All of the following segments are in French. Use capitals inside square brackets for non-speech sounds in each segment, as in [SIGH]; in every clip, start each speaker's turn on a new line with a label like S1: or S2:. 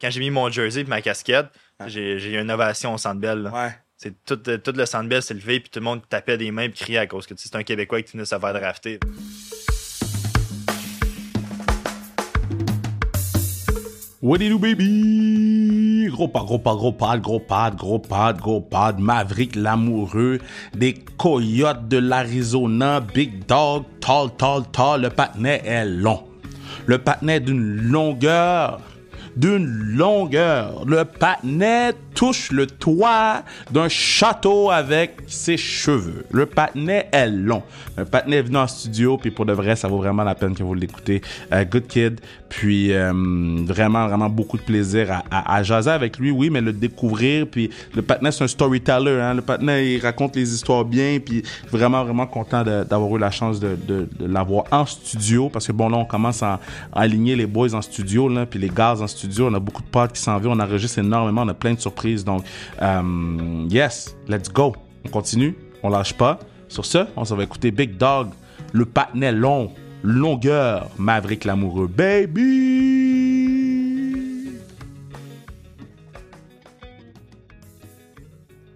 S1: quand j'ai mis mon jersey et ma casquette, j'ai j'ai eu une ovation au Centre Bell. là.
S2: Ouais.
S1: C'est tout, euh, tout le Centre Bell s'est levé puis tout le monde tapait des mains et criait à cause que tu sais, c'est un Québécois qui venait se faire drafter.
S3: What do baby? Gros pad, gros pad, gros pad, gros pad, gros pad, gros pad. Maverick l'amoureux des coyotes de l'Arizona. Big dog, tall, tall, tall. Le patinet est long. Le patinet d'une longueur. D'une longueur. Le patinet touche le toit d'un château avec ses cheveux. Le patinet est long. Le patinet est venu en studio, puis pour de vrai, ça vaut vraiment la peine que vous l'écoutez. Euh, Good Kid, puis euh, vraiment, vraiment beaucoup de plaisir à, à, à jaser avec lui, oui, mais le découvrir, puis le patinet, c'est un storyteller. Hein. Le patinet, il raconte les histoires bien, puis vraiment, vraiment content de- d'avoir eu la chance de, de- de l'avoir en studio, parce que bon, là, on commence à, à aligner les boys en studio, là, puis les gars en studio, on a beaucoup de potes qui s'en viennent, on enregistre énormément, on a plein de surprises, donc euh, yes, let's go, on continue, on lâche pas. Sur ce, on s'en va écouter Big Dog, le patinet long, longueur, Maverick l'amoureux, baby!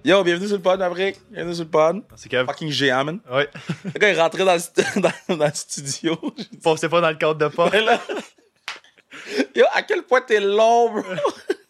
S2: Yo, bienvenue sur le pod, Maverick. Bienvenue sur le pod.
S1: C'est que.
S2: Fucking géant, man. [LAUGHS]
S1: Ouais.
S2: Le gars est rentré dans le, stu- [LAUGHS] dans, dans le studio. [LAUGHS]
S1: Bon, c'est pas dans le cadre de pas.
S2: Et là, yo, à quel point t'es long, bro?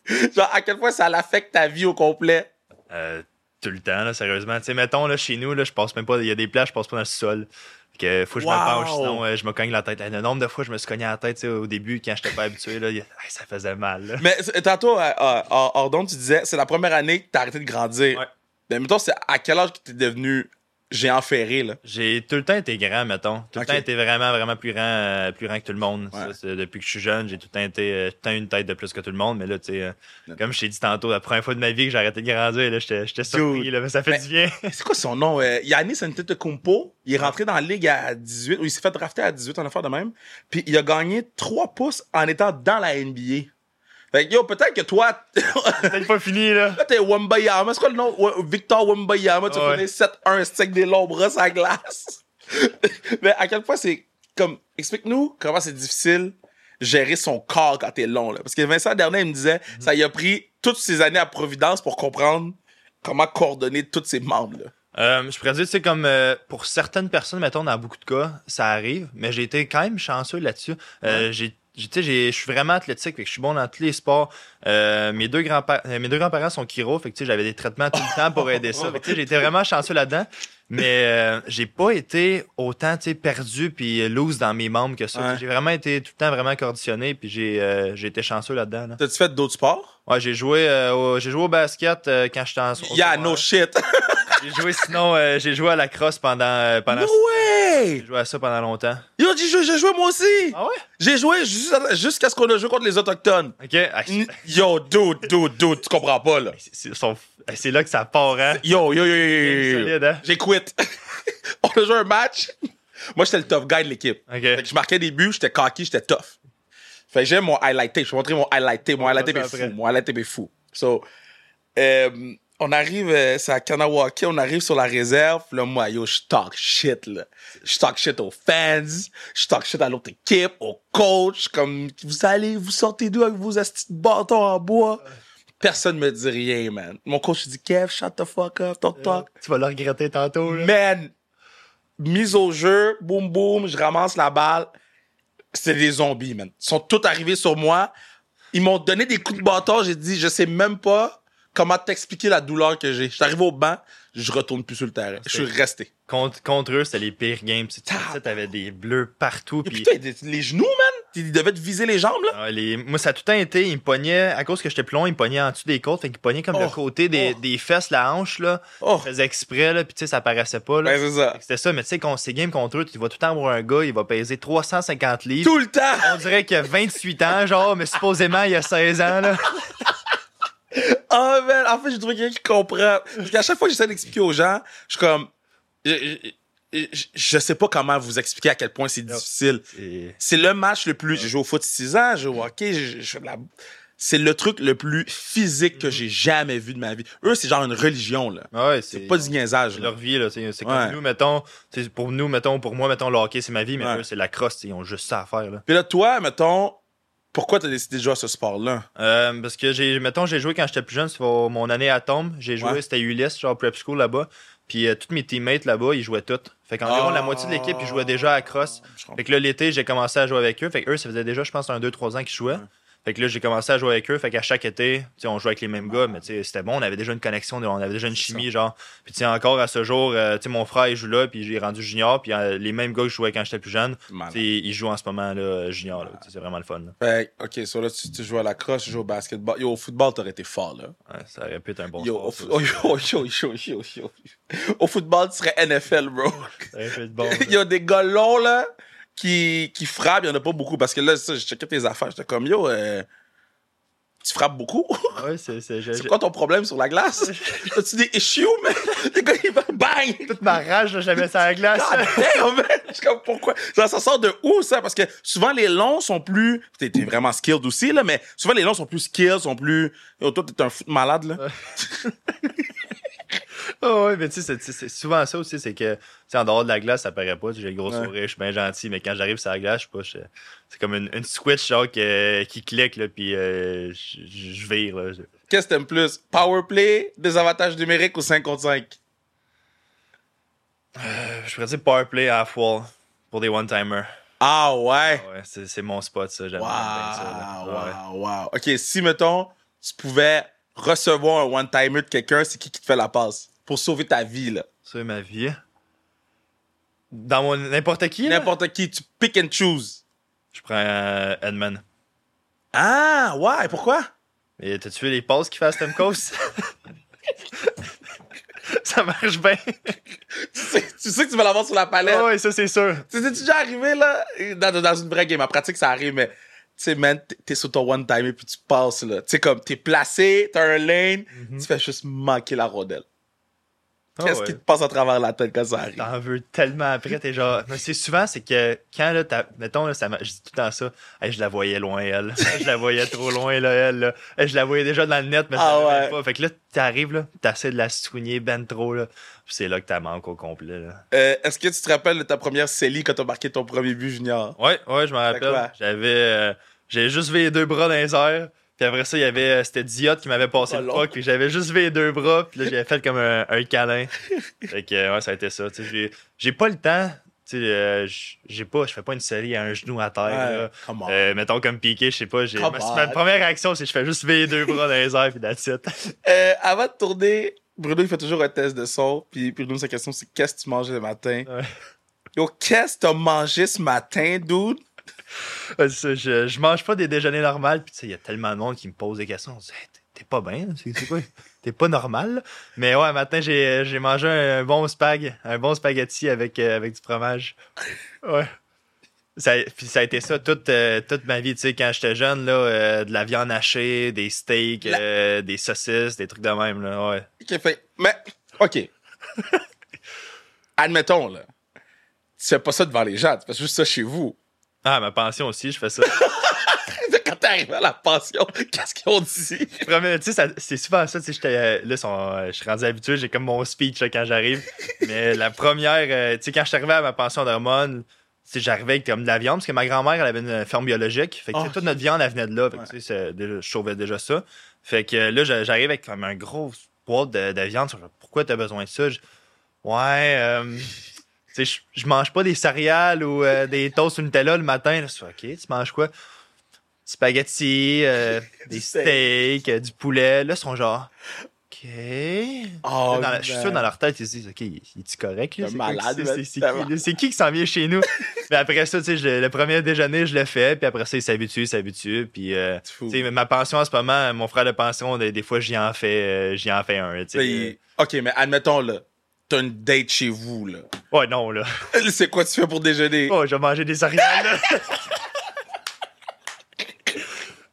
S2: [LAUGHS] Genre, à quel point ça l'affecte ta vie au complet?
S1: Euh, tout le temps, là, sérieusement. Tu sais, mettons, là, chez nous, là, je passe même pas. Il y a des plages, je passe pas dans le sol. Fait que faut que je
S2: Wow!
S1: me penche, sinon euh, je me cogne la tête. Hey, Le nombre de fois que je me suis cogné la tête tu sais, au début quand j'étais pas habitué, là, il- hey, ça faisait mal. là.
S2: Mais c'est- tantôt, euh, euh, hors hors d'onde, tu disais, c'est la première année que t'as arrêté de grandir.
S1: Ouais.
S2: Mais Ben, mettons, c'est à quel âge que t'es devenu géant ferré, là?
S1: J'ai tout le temps été grand, mettons. Tout
S2: Ok.
S1: le temps été vraiment, vraiment plus grand, euh, plus grand que tout le monde.
S2: Ouais.
S1: Ça, c'est- depuis que je suis jeune, j'ai tout le temps été euh, tout le temps eu une tête de plus que tout le monde. Mais là, tu sais, euh,
S2: Ouais.
S1: comme je t'ai dit tantôt, la première fois de ma vie que j'ai arrêté de grandir, là, j'étais j'étais surpris, là, mais ça fait
S2: Mais-
S1: du bien.
S2: [LAUGHS] C'est quoi son nom? Euh, Yannis Antetokounmpo. Il est rentré dans la ligue à 18, ou il s'est fait drafter à 18 en affaire de même. Puis il a gagné 3 pouces en étant dans la NBA. Fait que yo, peut-être que toi, [LAUGHS]
S1: C'est peut-être pas fini, là.
S2: toi, t'es Wembayama. C'est quoi le nom? Wa- Victor Wembayama. Tu
S1: Ouais.
S2: connais 7-1 stick des longs bras à glace. [LAUGHS] Mais à quel point c'est comme. Explique-nous comment c'est difficile gérer son corps quand t'es long. Là. Parce que Vincent Dernier, il me disait, ça lui a pris toutes ses années à Providence pour comprendre comment coordonner tous ses membres. Là.
S1: Euh, je pourrais dire, tu sais, comme euh, pour certaines personnes, mettons, dans beaucoup de cas, ça arrive, mais j'ai été quand même chanceux là-dessus. Euh, j'ai- j'ai- tu sais, j'ai- je suis vraiment athlétique, fait que je suis bon dans tous les sports. Euh, mes deux grands-parents mes deux grands-parents sont chiro, fait que tu sais, j'avais des traitements tout le temps pour aider ça. Fait que, tu sais, j'ai été vraiment chanceux là-dedans, mais euh, j'ai pas été autant tu sais, perdu puis loose dans mes membres que ça.
S2: Ouais.
S1: J'ai vraiment été tout le temps vraiment conditionné, puis j'ai euh, j'ai été chanceux là-dedans. là.
S2: T'as-tu fait d'autres sports?
S1: Ouais, j'ai joué euh, au, j'ai joué au basket euh, quand j'étais en au
S2: Yeah,
S1: secondaire.
S2: no shit.
S1: J'ai joué sinon, euh, j'ai joué à la crosse pendant, euh, pendant
S2: [LAUGHS] no way!
S1: j'ai joué à ça pendant longtemps.
S2: Yo, j'ai joué, j'ai joué moi aussi!
S1: Ah ouais?
S2: J'ai joué jus- jusqu'à ce qu'on a joué contre les Autochtones.
S1: Ok. Ah,
S2: N-
S1: c'est-
S2: Yo, dude, dude, dude, tu comprends pas, là.
S1: c'est son- ah, c'est là que ça part, hein?
S2: Yo, yo, yo, yo,
S1: C'est
S2: yo, yo, yo.
S1: solide, hein?
S2: J'ai quit. [LAUGHS] On a joué un match. Moi, j'étais le tough guy de l'équipe. Fait
S1: Ok.
S2: que je marquais des buts, j'étais cocky, j'étais tough. Fait que j'aime mon highlight tape. Je vais montrer mon highlight tape. Mon
S1: On
S2: highlight
S1: va
S2: tape est
S1: faire après.
S2: fou. Mon highlight tape est fou. So, euh, on arrive, euh, c'est à Kanawaki, on arrive sur la réserve. Là, moi, yo, je talk shit, là. Je talk shit aux fans. Je talk shit à l'autre équipe, au coach. Comme, vous allez, vous sortez d'où avec vos astis de bâtons en bois? Personne me dit rien, man. Mon coach il dit, Kev, shut the fuck up, talk, talk.
S1: Tu vas le regretter tantôt, là.
S2: Man, mise au jeu, boum boum, je ramasse la balle. C'est des zombies, man. Ils sont tous arrivés sur moi. Ils m'ont donné des coups de bâton. J'ai dit, je sais même pas comment t'expliquer la douleur que j'ai. Je suis arrivé au banc, je retourne plus sur le terrain. Je suis resté.
S1: Contre, contre eux, c'était les pires games. Tu
S2: Ah.
S1: sais, t'avais des bleus partout.
S2: Et puis,
S1: Puis,
S2: putain, des- les genoux, man. Ils devaient te viser les jambes, là.
S1: Ah, les- moi, ça a tout le temps été. Ils me pognaient, à cause que j'étais plomb, ils me pognaient en dessous des côtes. Fait qu'ils me pognaient comme
S2: Oh.
S1: le côté des,
S2: Oh.
S1: des fesses, la hanche, là.
S2: Oh,
S1: Ils faisaient exprès, là. Puis, tu sais, ça paraissait pas, là.
S2: ben, c'est ça.
S1: Fait que C'était ça, mais tu sais, quand c'est game contre eux, tu vas tout le temps voir un gars, il va peser 350 livres.
S2: Tout le temps.
S1: On dirait qu'il a 28 ans, genre, mais supposément, il y a 16 ans, là.
S2: Ah, man, en fait, j'ai trouvé quelqu'un qui comprend. Parce qu'à chaque fois que j'essaie d'expliquer aux gens, je suis comme. Je, je- je- je sais pas comment vous expliquer à quel point c'est difficile. C'est le match le plus. J'ai joué au foot 6 ans, j'ai joué au hockey, j'ai- je fais de la. C'est le truc le plus physique
S1: Mm-hmm.
S2: que j'ai jamais vu de ma vie. Eux, c'est genre une religion, là.
S1: Ouais,
S2: C'est pas du niaisage,
S1: c'est
S2: là.
S1: leur vie, là. C'est c'est comme
S2: Ouais.
S1: nous, mettons, c'est pour nous, mettons, pour moi, mettons, le hockey, c'est ma vie, mais
S2: Ouais.
S1: eux, c'est la crosse, ils ont juste ça à faire, là.
S2: Puis là, toi, mettons, Pourquoi t'as décidé de jouer à ce sport-là?
S1: Euh, parce que j'ai, mettons, j'ai joué quand j'étais plus jeune, c'est pour mon année à tombe. J'ai joué,
S2: Ouais.
S1: c'était Ulysse, genre prep school là-bas. Puis euh, tous mes teammates là-bas, ils jouaient toutes. Fait qu'environ
S2: Ah.
S1: la moitié de l'équipe, ils jouaient déjà à cross.
S2: Je
S1: Fait
S2: comprends.
S1: que là, l'été, j'ai commencé à jouer avec eux. Fait que eux, ça faisait déjà, je pense, un 2-3 ans qu'ils jouaient. Fait que là, j'ai commencé à jouer avec eux. Fait qu'à chaque été, tu sais, on jouait avec les mêmes gars, mais tu sais, c'était bon. On avait déjà une connexion, on avait déjà une chimie, genre. Puis tu sais, encore à ce jour, euh, tu sais, mon frère, il joue là, puis j'ai rendu junior. Puis euh, les mêmes gars que je jouais quand j'étais plus jeune, tu
S2: Malade.
S1: sais, ils jouent en ce moment, là, junior. là.
S2: Ah.
S1: Tu sais, C'est vraiment le fun. là.
S2: Fait que, ok, so là, tu, tu joues à la crosse, tu joues au basketball. Yo, au football, t'aurais été fort, là.
S1: Ouais, ça aurait pu être un bon
S2: Yo,
S1: sport,
S2: au
S1: ça
S2: fo-
S1: aussi.
S2: oh, [LAUGHS] yo, yo, yo, yo, yo, yo. Au football, tu serais NFL, bro.
S1: Ça aurait pu être [LAUGHS]
S2: [LAUGHS]
S1: bon.
S2: Il y a des gars longs, là, qui, qui frappent. Il y en a pas beaucoup. Parce que là, ça, je checkais tes affaires. J'étais comme, yo, euh, tu frappes beaucoup? [LAUGHS]
S1: Ouais, c'est, c'est, j'ai-
S2: C'est
S1: j'ai-
S2: quoi ton problème sur la glace? As-tu des issues, man? [LAUGHS] Les gars, ils vont bang!
S1: toute ma rage, là, je la mets sur la glace.
S2: [LAUGHS] God damn, man! Je suis comme, pourquoi? Ça, ça sort de où, ça? Parce que souvent, les longs sont plus... T'es t'es vraiment skilled aussi, là, mais souvent, les longs sont plus skilled, sont plus... Yo, toi, t'es un foot malade, là.
S1: Ah ouais, mais tu sais, c'est- c'est c'est souvent ça aussi, c'est que, tu sais, en dehors de la glace, ça paraît pas. J'ai le gros
S2: Ouais.
S1: sourire, je suis bien gentil, mais quand j'arrive sur la glace, je sais pas, je- c'est comme une, une switch, genre, que- qui clique, là, puis euh, je je vire, là. Je-
S2: Qu'est-ce que t'aimes plus? Power play, désavantage numérique ou 5 contre 5?
S1: Je pourrais dire power play half-wall pour des one-timers.
S2: Ah, ouais!
S1: Ouais, c'est c'est mon spot, ça, j'aime
S2: Wow,
S1: bien ça, là. Ah Ouais.
S2: wow, wow. OK, si, mettons, tu pouvais recevoir un one-timer de quelqu'un, c'est qui qui te fait la passe? Pour sauver ta vie, là.
S1: Ça, ma vie. Dans mon n'importe qui, là,
S2: N'importe qui, tu pick and choose.
S1: je prends euh, Edman.
S2: Ah, ouais, pourquoi?
S1: Et t'as-tu vu les passes qu'il fait à Stemkos? [LAUGHS] ça marche bien.
S2: [LAUGHS] Tu sais, tu sais que tu vas l'avoir sur la palette.
S1: ouais, ça c'est sûr.
S2: Tu sais, t'es déjà arrivé, là, dans, dans une vraie game. En pratique, ça arrive, mais, tu sais, man, t'es- t'es sur ton one-timer, puis tu passes, là. Tu sais, comme, t'es placé, t'as un lane, tu fais juste manquer la rondelle. Qu'est-ce qui te passe à travers la tête quand ça arrive?
S1: T'en veux tellement après, t'es genre. Mais c'est souvent, c'est que quand là, t'as- mettons, là, ça m'a- je dis tout le temps ça, Hey, je la voyais loin, elle. [LAUGHS] Je la voyais trop loin, là, elle. là. Hey, je la voyais déjà dans le net, mais je
S2: Ah
S1: la voyais
S2: ouais.
S1: pas. Fait que là, t'arrives, là, t'essaies de la soigner ben trop, là. Puis c'est là que t'as manque au complet, là.
S2: Euh, Est-ce que tu te rappelles de ta première Célie quand t'as marqué ton premier but junior?
S1: Ouais, ouais, je m'en
S2: quoi?
S1: rappelle. J'avais. euh, J'ai juste vu les deux bras dans les airs. Puis après ça, il y avait. euh, C'était Diot qui m'avait passé
S2: Oh,
S1: le
S2: long.
S1: puck. Puis j'avais juste vu les deux bras. Puis là, j'avais fait comme un, un
S2: [LAUGHS]
S1: câlin. fait que, ouais, ça a été ça. Tu sais, j'ai- j'ai pas le temps. Tu sais, euh, j- j'ai pas. Je fais pas une série à un genou à terre. là.
S2: Come on.
S1: Euh, mettons comme piqué, je sais pas. j'ai-
S2: Come
S1: Ma,
S2: on.
S1: ma première action, c'est que je fais juste vu les deux bras dans les airs. Puis that's it.
S2: Euh, avant de tourner, Bruno, il fait toujours un test de son. Puis Bruno, sa question, c'est qu'est-ce que tu manges le matin?
S1: Ouais.
S2: Yo, qu'est-ce que t'as mangé ce matin, dude?
S1: Ouais, ça, je, je mange pas des déjeuners normaux. Puis, tu sais, il y a tellement de monde qui me pose des questions. On se dit, Hey, t'es- t'es pas bien, hein? c'est c'est quoi? T'es pas normal. Mais ouais, un matin, j'ai j'ai mangé un, bon spag, un bon spaghetti avec, euh, avec du fromage. Ouais. Ça, puis ça a été ça toute, euh, toute ma vie, tu sais, quand j'étais jeune, là, euh, de la viande hachée, des steaks,
S2: La-
S1: euh, des saucisses, des trucs de même, là, ouais.
S2: Ok, fait- Mais, OK. Admettons, là. Tu fais pas ça devant les gens, tu fais juste ça chez vous. [LAUGHS]
S1: Ah, ma pension aussi, je fais ça.
S2: Quand t'es arrivé à la pension, [LAUGHS] qu'est-ce qu'ils ont dit?
S1: Premier- tu sais, ça- c'est souvent ça, tu sais, j'étais, euh, là, son- euh, je suis rendu habitué, j'ai comme mon speech là, quand j'arrive. Mais la première, euh, tu sais, quand je suis arrivé à ma pension d'hormones, tu sais, j'arrivais avec comme de la viande, parce que ma grand-mère, elle avait une euh, ferme biologique. Fait que tu sais,
S2: Ah,
S1: toute notre viande, elle venait de là. Fait que,
S2: Ouais.
S1: tu sais, c'est- déjà, je sauvais déjà ça. Fait que euh, là, j'a- j'arrive avec comme un gros boîte de, de viande. Je me dis, Pourquoi t'as besoin de ça? Je- ouais, euh, tu sais, je- je mange pas des céréales ou euh, des toasts au Nutella le matin. Là, Je fais, ok, tu manges quoi? Spaghetti,
S2: [LAUGHS]
S1: euh, des steaks, euh, du poulet. Là, ils sont genre, ok.
S2: Oh,
S1: Là, dans la- je suis sûr,
S2: man.
S1: dans leur tête, ils se disent, ok, est-tu correct? là?
S2: T'es
S1: C'est
S2: malade,
S1: quoi que
S2: man.
S1: c'est- c'est- c'est
S2: T'es
S1: qui,
S2: malade.
S1: là? C'est qui qui s'en vient
S2: [LAUGHS]
S1: chez nous? Mais après ça, tu sais, je- le premier déjeuner, je le fais. Puis après ça, ils s'habituent, ils s'habituent. Puis, euh,
S2: Tu fous.
S1: tu sais, ma pension en ce moment, mon frère de pension, des, des fois, j'y en fais, euh, j'y en fais un. tu sais.
S2: Là, il- OK, mais admettons, là, t'as une date chez vous, là. [LAUGHS]
S1: Ouais, non, là.
S2: C'est quoi tu fais pour déjeuner?
S1: Oh, je vais manger des céréales. là. [LAUGHS]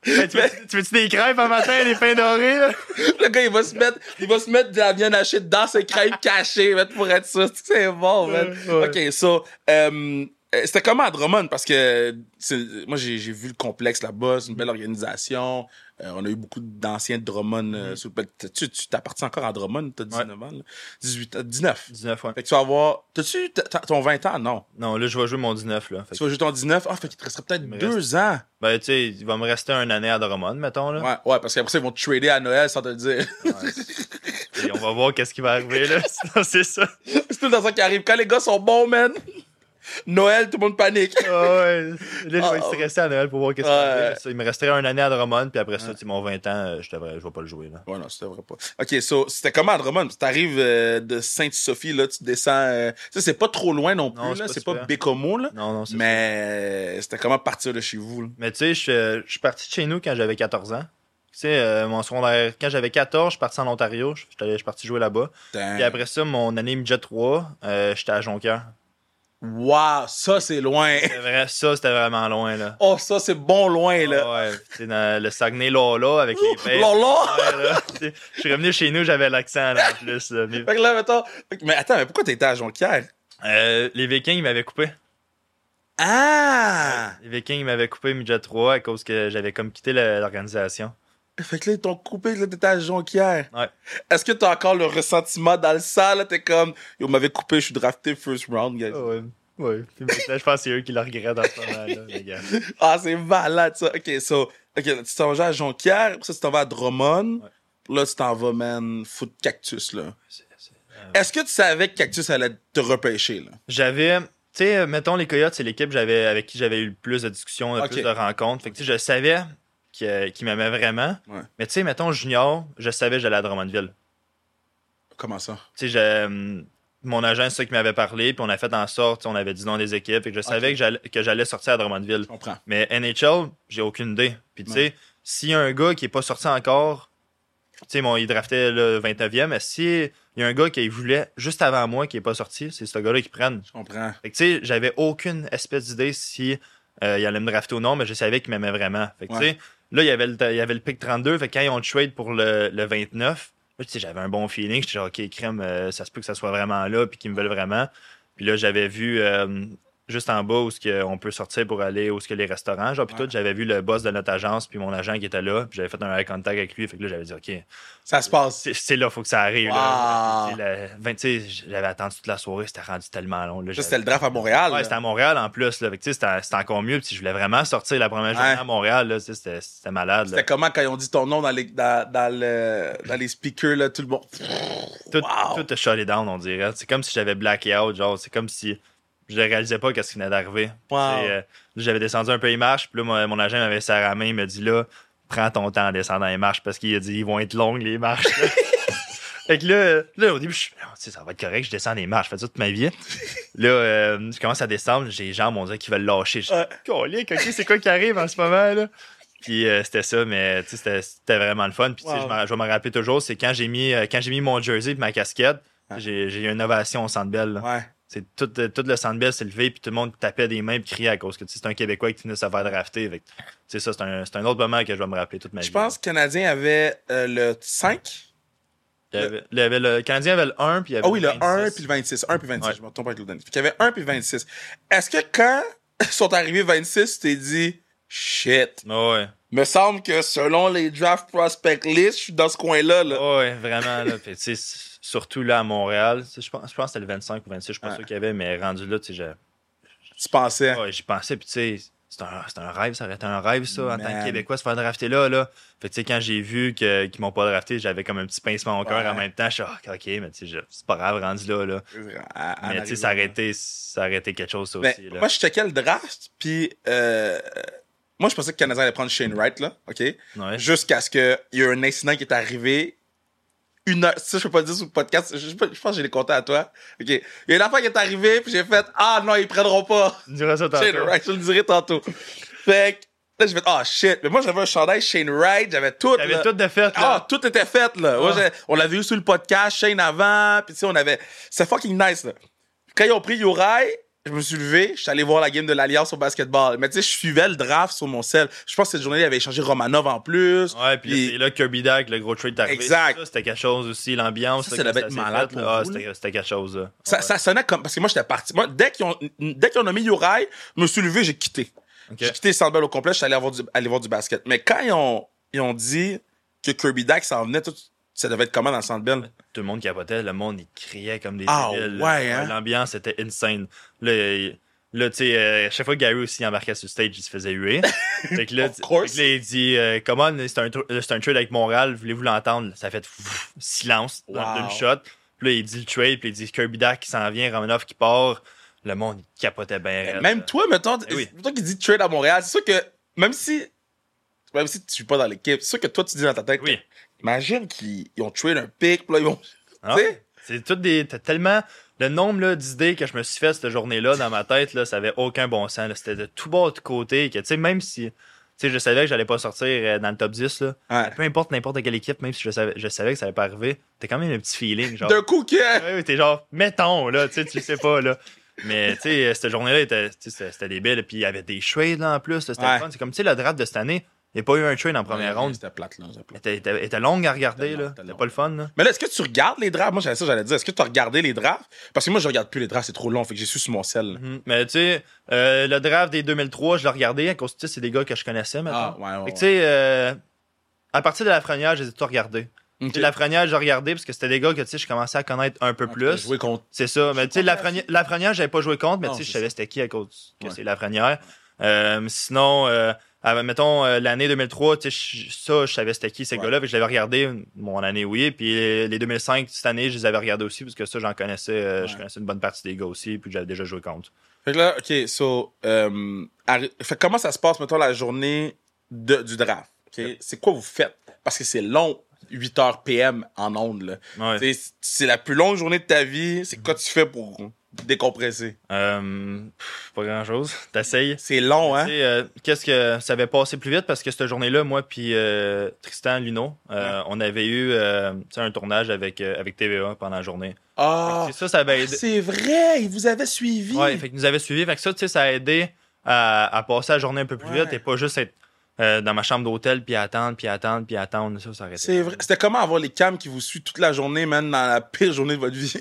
S1: Hey, tu, veux, tu veux-tu des crêpes un matin, des pains dorés? Là?
S2: Le gars, il va se mettre, il va se mettre de la viande hachée dans ses crêpes cachées, man, pour être sûr. C'est bon, man.
S1: [LAUGHS] Ouais.
S2: OK, so, euh, euh, c'était comment à Drummond? Parce que c'est- moi, j'ai j'ai vu le complexe là-bas, c'est une belle organisation. Euh, on a eu beaucoup d'anciens Drummond. euh, sur le- t- tu tu t'appartiens encore à Drummond, t'as 19 ans, là. 18, ans, 19.
S1: 19, ouais.
S2: Fait que tu vas avoir. T'as-tu t- t- ton 20 ans? Non.
S1: Non, là, je vais jouer mon 19, là. Fait que-
S2: Tu vas jouer ton 19. Ah, fait qu'il te resterait peut-être
S1: me
S2: deux ans.
S1: ben, tu sais, il va me rester un année à Drummond, mettons, là.
S2: Ouais, ouais, parce qu'après ça, ils vont te trader à Noël sans te le dire.
S1: Et on va voir qu'est-ce qui va arriver, [LAUGHS] là. Sinon, c'est ça.
S2: c'est tout dans ça qui arrive. Quand les gars sont bons, man, Noël, tout le monde panique.
S1: Ah ouais. Là, je vais
S2: Ah,
S1: être stressé à Noël pour voir qu'est-ce qui
S2: Ouais.
S1: va arriver. Ça, Il me resterait un année à Drummond, puis après ça, tu sais, mon 20 ans, euh, je devrais- je vais pas le jouer, là.
S2: Ouais, non, c'était vrai pas. OK, so, c'était comment à Drummond? T'arrives euh, de Sainte-Sophie, là, tu descends... euh, tu sais, c'est pas trop loin non plus,
S1: Non, c'est
S2: là.
S1: pas
S2: C'est pas,
S1: super.
S2: Bécomo, là.
S1: Non, non, c'est ça.
S2: Mais euh, c'était comment partir de chez vous, là?
S1: Mais tu sais, je, je suis parti de chez nous quand j'avais 14 ans. Tu sais, euh, mon secondaire, quand j'avais 14, je suis parti en Ontario. Je je suis parti jouer là-bas.
S2: Putain.
S1: Puis après ça, mon année midget 3, euh, j'étais à Jonquière.
S2: Wow, ça, c'est loin.
S1: C'est vrai, ça, c'était vraiment loin, là. Ah
S2: Oh, ça, c'est bon loin, là.
S1: Ouais, tu sais, dans le Saguenay-Lola avec les pères.
S2: Lolo!
S1: Ouais, là, tu sais, je suis revenu chez nous, j'avais l'accent, là, en plus. là. Mais,
S2: Fait que là, mettons... Mais attends, mais pourquoi t'étais à Jonquière?
S1: euh, les Vikings, ils m'avaient coupé.
S2: Ah!
S1: Les Vikings, ils m'avaient coupé midget 3 à cause que j'avais comme quitté la- l'organisation.
S2: Fait que là, ils t'ont coupé, là, t'étais à Jonquière.
S1: Ouais.
S2: Est-ce que t'as encore le ressentiment dans le sale, là? T'es comme, yo, m'avait coupé, je suis drafté first round, guys.
S1: Ah ouais. Ouais. Puis maintenant, [LAUGHS] je pense que c'est eux qui le regrettent en ce moment, là, les [LAUGHS] gars.
S2: Ah, c'est malade, ça. OK, so, OK, là, tu t'en vas à Jonquière, après ça, tu t'en vas à Drummond.
S1: Ouais.
S2: Là, tu t'en vas, man, foutre Cactus, là.
S1: C'est- c'est-
S2: Est-ce que tu savais que Cactus allait te repêcher, là?
S1: J'avais, tu sais, euh, mettons les Coyotes, c'est l'équipe j'avais avec qui j'avais eu le plus de discussions, le
S2: Ok.
S1: plus de rencontres. Fait que tu sais, je savais que- qu'ils m'aimaient vraiment.
S2: Ouais.
S1: Mais tu sais, mettons junior, je savais que j'allais à Drummondville.
S2: Comment ça?
S1: Tu sais, je- hum, mon agent, c'est ça qui m'avait parlé, puis on a fait en sorte, on avait dit non des équipes, et que je savais que j'allais- que j'allais sortir à Drummondville.
S2: Je comprends.
S1: Mais NHL, j'ai aucune idée. Puis tu sais, s'il y a un gars qui est pas sorti encore, tu sais, bon, il draftait le 29e, mais s'il y a un gars qui voulait juste avant moi qui est pas sorti, c'est ce gars-là qui prennent.
S2: Je comprends.
S1: Fait que, tu sais, j'avais aucune espèce d'idée si euh, il allait me drafter ou non, mais je savais qu'il m'aimait vraiment. Fait que, tu
S2: Ouais.
S1: sais, là, il y avait le, il y avait le pick 32, fait que quand ils ont le trade pour le, le 29, là, tu sais, j'avais un bon feeling, j'étais genre, OK, crème, euh, ça se peut que ça soit vraiment là, puis qu'ils me veulent vraiment. Puis là, j'avais vu euh, juste en bas où ce que on peut sortir pour aller où ce que les restaurants, genre, puis
S2: Ouais.
S1: tout, j'avais vu le boss de notre agence, puis mon agent qui était là, puis j'avais fait un eye contact avec lui, fait que là, j'avais dit, OK,
S2: Ça se passe.
S1: c'est- c'est là, faut que ça arrive. là.
S2: Wow.
S1: C'est la- vingt- tu sais, J'avais attendu toute la soirée, c'était rendu tellement long. là,
S2: Ça,
S1: j'avais-
S2: c'était le draft à Montréal.
S1: Ouais,
S2: là.
S1: c'était à Montréal en plus. Là. Fait que, tu sais, c'était, c'était encore mieux. Puis si je voulais vraiment sortir la première journée
S2: Ouais.
S1: à Montréal, là, tu sais, c'était, c'était malade. là.
S2: C'était comment quand ils ont dit ton nom dans les, dans, dans le, dans les speakers, là, tout le monde.
S1: Tout,
S2: wow.
S1: tout a shut down, on dirait. C'est comme si j'avais blacké out. Genre, c'est comme si je ne réalisais pas qu'est-ce qui venait d'arriver.
S2: Wow.
S1: Tu sais, euh, j'avais descendu un peu les marches. Puis là, mon, mon agent m'avait serré la main. Il m'a dit là, prends ton temps en descendant les marches parce qu'il a dit ils vont être longues les marches.
S2: [LAUGHS]
S1: là. Fait que là, là, au début, je suis, Non, tu sais, ça va être correct, je descends les marches, je fais ça toute ma vie. Là, euh, je commence à descendre, j'ai les jambes, on dirait qu'ils veulent lâcher. Je
S2: Ouais.
S1: Colique, ok, c'est quoi qui arrive en ce moment, là? Puis euh, c'était ça, mais tu sais, c'était- c'était vraiment le fun. Puis tu sais,
S2: Wow.
S1: je m'en- je vais me rappeler toujours, c'est quand j'ai mis, euh, quand j'ai mis mon jersey et ma casquette,
S2: Ouais.
S1: j'ai j'ai eu une ovation au Centre Bell. là.
S2: Ouais.
S1: C'est tout, euh, tout le Centre Bell s'est levé, puis tout le monde tapait des mains et criait à cause que tu sais, c'est un Québécois qui venait de se faire drafter. Fait que, tu sais, ça, c'est un, c'est un autre moment que je vais me rappeler toute ma vie.
S2: Je pense que le Canadien avait euh, le 5.
S1: Il y avait- il y avait le, le Canadien avait le 1, puis il y avait
S2: Ah oui, le 1
S1: 26.
S2: puis le 26. 1 puis 26,
S1: Ouais.
S2: je me trompe avec le dernier. Fait qu'il y avait 1 puis 26. Est-ce que quand [LAUGHS] sont arrivés 26, tu t'es dit shit?
S1: Ouais.
S2: Me semble que selon les draft prospect list, je suis dans ce coin-là. Là.
S1: Ouais, ouais, vraiment. Là. Puis, tu sais, s- surtout là à Montréal, tu sais, je pense, je pense que c'était le 25 ou 26, je suis pas
S2: Ouais.
S1: sûr qu'il y avait, mais rendu là, tu sais, j'ai-
S2: Tu pensais.
S1: ouais, j'y pensais. Puis, tu sais, c'est un, c'est un rêve, ça aurait été un rêve, ça, en tant
S2: Man.
S1: que Québécois, se faire drafter là. là. Fait que, tu sais, quand j'ai vu que- qu'ils m'ont pas drafté, j'avais comme un petit pincement au cœur
S2: Ouais.
S1: en même temps. Je suis, ah, ok, mais tu sais, je- c'est pas grave, rendu là. là.
S2: À- à
S1: Mais,
S2: en
S1: tu sais, ça aurait,
S2: arrivant.
S1: été, ça aurait été quelque chose, ça
S2: Ben,
S1: aussi. Là.
S2: moi, je checkais le draft, puis euh, moi, je pensais que le Canadien allait prendre Shane Wright, là, OK?
S1: Ouais.
S2: Jusqu'à ce qu'il y ait un incident qui est arrivé. Une heure, ça, je peux pas le dire sur le podcast, je, je pense que j'ai les compté à toi. OK. Il y a une affaire qui est arrivée, puis j'ai fait Ah non, ils prendront pas.
S1: Tu diras ça tantôt.
S2: Shane Wright, je le dirai tantôt. Fait que là, j'ai fait Ah shit. Mais moi, j'avais un chandail Shane Wright, j'avais tout.
S1: T'avais
S2: là.
S1: tout de fait.
S2: Ah,
S1: Là.
S2: tout était fait, là. Moi,
S1: Ah.
S2: j'ai- on l'avait eu sur le podcast, Shane avant, puis tu sais, on avait... C'est fucking nice, là. Quand ils ont pris Yorai, je me suis levé, je suis allé voir la game de l'Alliance au basketball. Mais tu sais, je suivais le draft sur mon sel. Je pense que cette journée, il avait échangé Romanov en plus.
S1: Ouais, puis
S2: Puis-
S1: là, c'est là, que Kirby Dack, le gros trade est arrivé.
S2: Exact.
S1: Ça, C'était quelque chose aussi, l'ambiance.
S2: Ça, ça devait
S1: quand
S2: être
S1: s'est
S2: malade
S1: fait,
S2: pour
S1: là. Ah,
S2: vous, là.
S1: c'était c'était quelque chose. là.
S2: Ça,
S1: Ouais.
S2: ça sonnait comme... Parce que moi, j'étais parti. Moi, dès qu'ils ont, dès qu'ils ont nommé Yorai, je me suis levé, j'ai quitté.
S1: Ok.
S2: J'ai quitté Sandbell au complet, je suis allé voir du, aller voir du basket. Mais quand ils ont ils ont dit que Kirby Dack s'en venait, tout, ça devait être comment dans le Centre Bell?
S1: Tout le monde capotait, le monde, il criait comme des
S2: Ah,
S1: débiles.
S2: ouais, hein?
S1: L'ambiance était insane. Là, il- là tu sais, euh, chaque fois que Gary aussi embarquait sur le stage, il se faisait
S2: [LAUGHS]
S1: huer. fait que là,
S2: Of
S1: tu-
S2: course.
S1: fait que là, il dit euh, Come on, c'est un, tr- c'est un trade avec Montréal, voulez-vous l'entendre? » Ça fait pff, silence dans
S2: Wow.
S1: d'une shot. Puis là, il dit le trade, puis il dit Kirby Dack qui s'en vient, Romanoff qui part. Le monde, il capotait bien. raide.
S2: Même toi, mettons,
S1: Eh oui.
S2: toi qui dis trade à Montréal, c'est sûr que même si même si tu suis pas dans l'équipe, c'est sûr que toi tu dis dans ta tête,
S1: Oui.
S2: imagine qu'ils ils ont trade un pick, puis là ils vont.
S1: Ah,
S2: Tu sais?
S1: C'est tout des. T'as tellement. Le nombre là, d'idées que je me suis fait cette journée-là dans ma tête, là, ça avait aucun bon sens. là. C'était de tout bas de côté. Que, tu sais, même si. Tu sais, je savais que j'allais pas sortir euh, dans le top 10. Là.
S2: Ouais.
S1: Peu importe n'importe quelle équipe, même si je savais, je savais que ça allait pas arriver, t'as quand même un petit feeling. Genre.
S2: D'un coup que.
S1: Ouais, ouais, t'es genre, mettons, là, tu sais, tu sais pas, là. Mais, tu sais, euh, cette journée-là, était- tu sais, c'était c'était débile. Puis il y avait des trades, là, en plus. là, C'était
S2: Ouais.
S1: le fun. C'est comme, tu sais, le draft de cette année, il n'y a pas eu un trade en première ronde.
S2: C'était plate, là, c'était
S1: Elle
S2: plate.
S1: était- était était longue à regarder,
S2: Tellement,
S1: là.
S2: tellement.
S1: C'était pas le fun, là.
S2: Mais là, est-ce que tu regardes les drafts? Moi, j'avais ça, j'allais dire. Est-ce que tu as regardé les drafts? Parce que moi, je regarde plus les drafts, c'est trop long. Fait que j'ai su sur mon sel. là.
S1: Mhm. Mais tu sais, euh, le draft des 2003, je l'ai regardé à cause tu sais, c'est des gars que je connaissais maintenant.
S2: Ah, ouais,
S1: Fait
S2: ouais.
S1: que tu sais, euh, à partir de Lafrenière, je les ai tous regardés.
S2: ouais.
S1: Tu sais, Lafrenière, j'ai regardé parce que c'était des gars que tu sais, je commençais à connaître un
S2: Ah,
S1: peu plus.
S2: Jouer contre.
S1: C'est ça. Mais tu sais, Lafrenière, Lafrenière, j'avais pas joué contre, mais
S2: Non,
S1: tu sais, je
S2: c'est
S1: savais c'était qui à cause que
S2: Ouais.
S1: c'est Lafrenière. Euh, sinon, euh, ah, mettons, euh, l'année 2003, tu sais, je- ça, je savais c'était qui ces
S2: Ouais.
S1: gars-là, puis je l'avais regardé, mon année, oui. Puis les 2005, cette année, je les avais regardés aussi, parce que ça, j'en connaissais, euh, je
S2: Ouais.
S1: connaissais une bonne partie des gars aussi, puis j'avais déjà joué contre.
S2: Fait que là, OK, so. euh, arri- Fait que comment ça se passe, mettons, la journée de- du draft? OK? C'est quoi vous faites? Parce que c'est long, 8 h PM en ondes, là.
S1: Ouais.
S2: Tu sais, C'est la plus longue journée de ta vie. C'est quoi tu fais pour décompresser?
S1: Euh, pff, pas grand chose. T'essayes.
S2: C'est long, hein?
S1: Tu sais, euh, Qu'est-ce que ça avait passé plus vite parce que cette journée-là, moi puis euh, Tristan Luno, euh, on avait eu euh, tu sais, un tournage avec euh, avec TVA pendant la journée.
S2: Ah!
S1: Fait que ça, ça avait aidé.
S2: C'est vrai! Ils vous avaient suivi!
S1: Ouais, fait qu'ils nous avaient suivis. Fait que ça, tu sais, ça a aidé à, à passer la journée un peu plus
S2: Ouais.
S1: vite et pas juste être euh, dans ma chambre d'hôtel puis attendre puis attendre puis attendre. Ça, ça aurait été-
S2: C'est vrai. C'était comment avoir les cams qui vous suivent toute la journée, man, dans la pire journée de votre vie?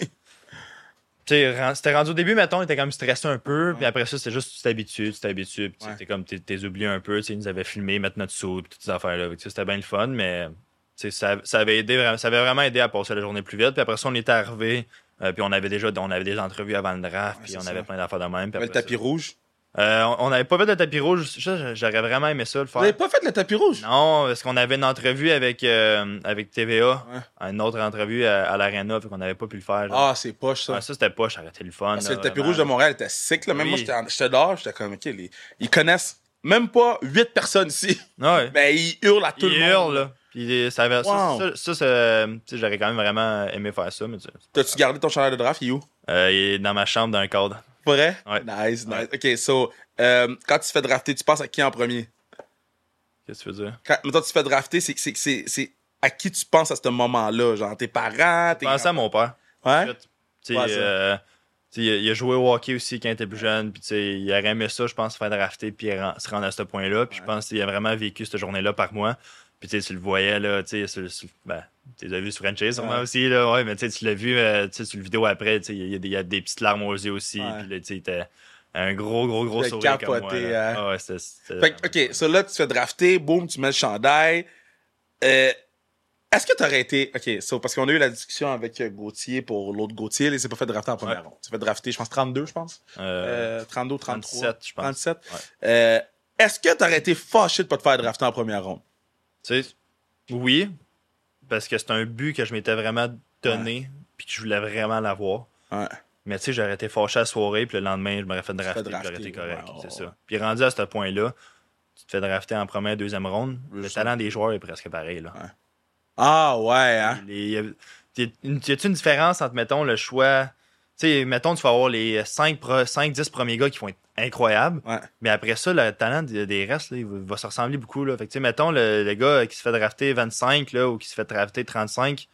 S1: Tu sais, ren- C'était rendu au début, mettons, on était quand même stressé un peu. Puis après ça, c'était juste, tu t'habitues, tu t'habitues. Puis tu sais,
S2: Ouais.
S1: t'es comme, t'es- t'es oublié un peu. Tu sais, ils nous avaient filmé, mettre notre sou, puis toutes ces affaires-là. Fait que, tu sais, C'était bien le fun, mais tu sais, ça, ça, avait aidé, vra- ça avait vraiment aidé à passer la journée plus vite. Puis après ça, on était arrivé. puis on avait déjà on avait des entrevues avant le draft.
S2: Ouais,
S1: puis
S2: c'est
S1: on
S2: ça.
S1: avait plein d'affaires de même. puis
S2: Mais [LAUGHS] le
S1: après ça-
S2: tapis rouge.
S1: Euh, on- on n'avait pas fait de tapis rouge. Ça, j'a- J'aurais vraiment aimé ça le
S2: Vous
S1: faire.
S2: n'avez pas fait le tapis rouge?
S1: Non, parce qu'on avait une entrevue avec, euh, avec TVA, une autre entrevue à, à l'Arena, fait qu'on n'avait pas pu le faire. genre.
S2: Ah, c'est poche, ça.
S1: Ouais, ça, c'était pas, j'arrêtais le fun.
S2: Parce que
S1: là,
S2: le tapis
S1: vraiment,
S2: rouge de
S1: là.
S2: Montréal était sick, là. Même
S1: Oui.
S2: moi, j'étais en- j'étais dehors, j'étais comme, OK, les- ils connaissent même pas huit personnes ici. [LAUGHS]
S1: Ouais.
S2: Ben, ils hurlent à tout
S1: il
S2: le
S1: hurle,
S2: monde.
S1: là. Puis euh, ça, avait- ça-
S2: Wow.
S1: ça, ça, ça, euh, tu sais, j'aurais quand même vraiment aimé faire ça, mais tu sais,
S2: T'as-tu gardé ton chandail de draft, il est où?
S1: euh, il est dans ma chambre, dans un cadre.
S2: Vrai?
S1: Ouais.
S2: Nice, nice. OK, so, euh, quand tu te fais drafter, tu penses à qui en premier?
S1: Qu'est-ce que tu veux dire?
S2: Quand, mettons, tu te fais drafter, c'est- c'est- c'est c'est à qui tu penses à ce moment-là? Genre, tes parents, tes...
S1: Je pensais à mon père.
S2: Ouais?
S1: Tu sais,
S2: Ouais, ça.
S1: euh, tu sais, il a- il a joué au hockey aussi quand il était plus jeune, puis tu sais, il aurait aimé ça, je pense, faire drafter, puis ren- se rendre à ce point-là. Puis je pense qu'il a vraiment vécu cette journée-là par moi. Puis tu sais, tu le voyais, là, tu sais, sur- sur- ben, tu l'as vu sur Franchise, sûrement
S2: Ouais.
S1: aussi, là, ouais, mais tu sais, tu l'as vu euh, tu sais, sur le vidéo après, tu sais, il y, a des- il y a des petites larmes aux yeux aussi,
S2: Ouais.
S1: puis là, tu sais, il était un gros, gros, gros
S2: Il a
S1: sourire comme moi.
S2: capoté,
S1: là.
S2: hein.
S1: Ah ouais, c'était- c'était
S2: Fait que,
S1: vraiment-
S2: OK, ça là, tu te fais drafter, boum, tu mets le chandail. Euh, Est-ce que t'aurais été. OK, so, parce qu'on a eu la discussion avec euh, Gauthier pour l'autre Gauthier, il s'est pas fait drafter en première
S1: Ouais.
S2: ronde. Tu fait drafter, je pense, 32, je pense.
S1: Euh,
S2: Euh, 32, 33.
S1: 37, je pense.
S2: 37.
S1: Ouais.
S2: Euh, Est-ce que t'aurais été fâché de pas te faire drafter en première ronde?
S1: Tu sais, oui, parce que c'est un but que je m'étais vraiment donné, puis que je voulais vraiment l'avoir.
S2: Ouais.
S1: Mais tu sais, j'aurais été fâché à la soirée, puis le lendemain, je m'aurais fait drafter,
S2: fais
S1: puis j'aurais
S2: drafter,
S1: été correct.
S2: ouais,
S1: c'est
S2: ouais.
S1: ça. Puis rendu à ce point-là, tu te fais drafter en première, deuxième ronde, le
S2: Juste.
S1: talent des joueurs est presque pareil. Là.
S2: Ah, ouais, hein?
S1: Les- y a- y a- y a-tu une différence entre, mettons, le choix. Tu sais, mettons, tu vas avoir les 5-10 premiers gars qui vont être incroyables.
S2: Ouais.
S1: Mais après ça, le talent de- des restes, là, il va- va se ressembler beaucoup. Là. Fait que, tu sais, mettons, le, le gars qui se fait drafter 25 là, ou qui se fait drafter 35, ils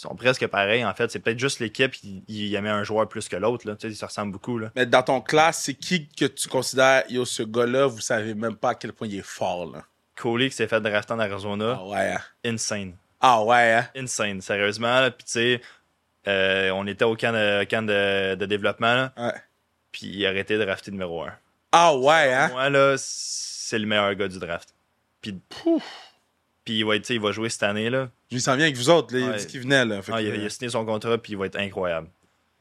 S1: sont presque pareils. En fait, c'est peut-être juste l'équipe, il, il aimait un joueur plus que l'autre. là. Tu sais, Ils se ressemblent beaucoup. Là.
S2: Mais dans ton classe, c'est qui que tu considères, yo, ce gars-là, vous savez même pas à quel point il est fort, là?
S1: Coley qui s'est fait drafter en Arizona,
S2: Ah, ouais, hein?
S1: insane.
S2: Ah, ouais, hein?
S1: Insane, sérieusement. là. Puis, tu sais, euh, on était au camp de, camp de, de développement, là,
S2: Ouais.
S1: puis il a arrêté de drafter numéro 1.
S2: Ah, ouais, hein?
S1: Moi, là, c'est le meilleur gars du draft. Puis, Puis ouais, tu sais, il va jouer cette année. Là.
S2: Il s'en vient avec vous autres, là, il a
S1: Ouais.
S2: dit qu'il venait. Là, Fait
S1: Ah,
S2: que,
S1: il, a, il a signé son contrat, puis il va être incroyable.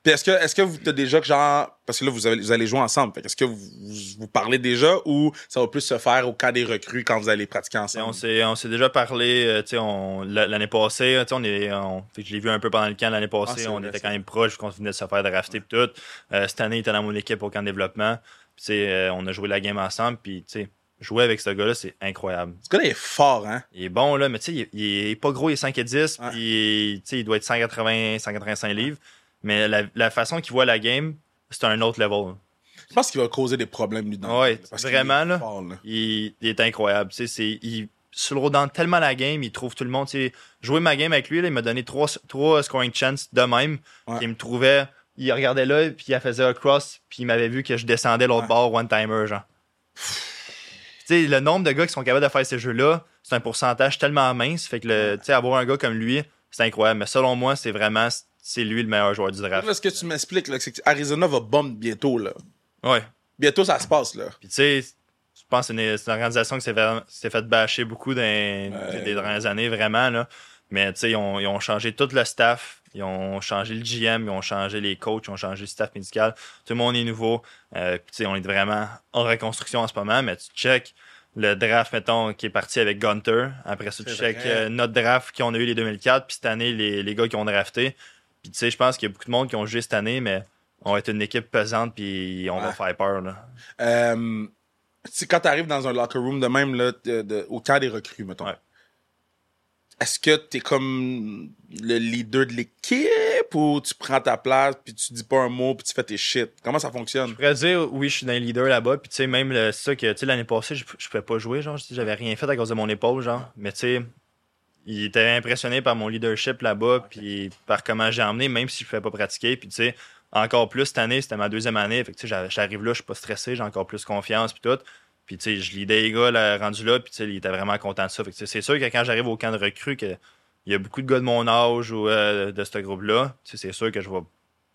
S2: Puis est-ce que, est-ce que vous t'as déjà que genre. Parce que là, vous, avez- vous allez jouer ensemble. Fait que est-ce que vous, vous, vous parlez déjà ou ça va plus se faire au cas des recrues quand vous allez pratiquer
S1: Tu sais, On
S2: ensemble?
S1: s'est, on s'est déjà parlé euh, tu sais, on- la- l'année passée. tu sais, On est, on- fait que je l'ai vu un peu pendant le camp l'année passée.
S2: Ah, c'est
S1: on
S2: vrai,
S1: était
S2: c'est
S1: quand même proche, qu'on venait de se faire drafter et tout. Euh, cette année, il était dans mon équipe au camp de développement. Puis, tu sais, euh, on a joué la game ensemble. Puis, tu sais, jouer avec ce gars-là, c'est incroyable.
S2: Ce gars-là il est fort, hein?
S1: Il est bon, là, mais tu sais, il, est- il est pas gros, il est 5 et 10,
S2: Ouais.
S1: puis tu sais, il doit être 180, 185 livres. Mais la, la façon qu'il voit la game, c'est un autre level.
S2: Je pense qu'il va causer des problèmes, lui, dans
S1: Ouais,
S2: qu'il
S1: vraiment,
S2: est
S1: là.
S2: fort, là.
S1: Il, il est incroyable. Tu sais, c'est- il slowdown tellement la game, il trouve tout le monde. Tu sais, jouer ma game avec lui, là, il m'a donné 3, scoring chances de même.
S2: Ouais.
S1: Il me trouvait, il regardait là, puis il faisait un cross, puis il m'avait vu que je descendais l'autre
S2: Ouais.
S1: bord one-timer, genre. Tu sais, le nombre de gars qui sont capables de faire ces jeux-là, c'est un pourcentage tellement mince. Fait que, le- tu sais, avoir un gars comme lui, c'est incroyable. Mais selon moi, c'est vraiment, c'est lui le meilleur joueur du draft.
S2: Là, ce que tu m'expliques, là, c'est que Arizona va bomber bientôt, là.
S1: Ouais.
S2: Bientôt, ça se passe, là.
S1: Puis tu sais, je pense que c'est une, c'est une organisation qui s'est fait, s'est fait bâcher beaucoup dans
S2: Ouais.
S1: des dernières années, vraiment. Là. Mais tu sais, ils ont, ils ont changé tout le staff. Ils ont changé le GM, ils ont changé les coachs, ils ont changé le staff médical. Tout le monde est nouveau. Euh, puis tu sais, on est vraiment en reconstruction en ce moment, mais tu check le draft, mettons, qui est parti avec Gunter. Après ça, tu
S2: C'est vrai.
S1: check euh, notre draft qu'on a eu les 2004, puis cette année, les, les gars qui ont drafté. Puis tu sais, je pense qu'il y a beaucoup de monde qui ont joué cette année, mais on va être une équipe pesante, puis on
S2: Ouais.
S1: va faire peur. Là.
S2: Euh, tu sais, quand t'arrives dans un locker room de même, là, de- de- au camp des recrues, mettons.
S1: Ouais.
S2: Est-ce que t'es comme le leader de l'équipe ou tu prends ta place puis tu dis pas un mot puis tu fais tes shit? Comment ça fonctionne?
S1: Je pourrais dire, oui, je suis dans les leaders là-bas. Puis, tu sais, même le- ça que, tu sais, l'année passée, je, je pouvais pas jouer, genre, je- j'avais rien fait à cause de mon épaule, genre. Mais, tu sais, il était impressionné par mon leadership là-bas, puis par comment j'ai emmené, même si je pouvais pas pratiquer. Puis, tu sais, encore plus cette année, c'était ma deuxième année. Fait que, tu sais, j'a- j'arrive là, je suis pas stressé, j'ai encore plus confiance, puis tout. Puis, tu sais, je lidais les gars là, rendus là, puis, tu sais, il était vraiment content de ça. Fait que, tu sais, c'est sûr que quand j'arrive au camp de recrues, que il y a beaucoup de gars de mon âge ou euh, de ce groupe-là, tu sais, c'est sûr que je vais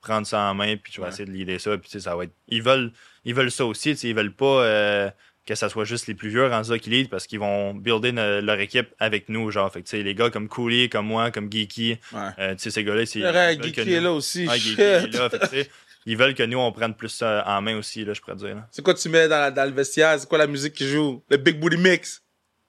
S1: prendre ça en main, puis je vais
S2: Ouais.
S1: essayer de lider ça, puis tu sais, ça va être... Ils veulent, ils veulent ça aussi, tu sais, ils veulent pas euh, que ça soit juste les plus vieux rendus là qui lead, parce qu'ils vont builder no- leur équipe avec nous, genre, fait que, tu sais, les gars comme Cooley, comme moi, comme Geeky,
S2: Ouais.
S1: euh, tu sais, ces gars-là, c'est...
S2: C'est vrai,
S1: ils veulent que
S2: Geeky est
S1: nous-
S2: là aussi.
S1: Ouais, Geeky
S2: shit.
S1: Ah, est là, fait que, tu sais, ils veulent que nous, on prenne plus ça en main aussi, là, je pourrais dire. là.
S2: C'est quoi tu mets dans, la- dans le vestiaire? C'est quoi la musique qui joue? Le Big Booty Mix.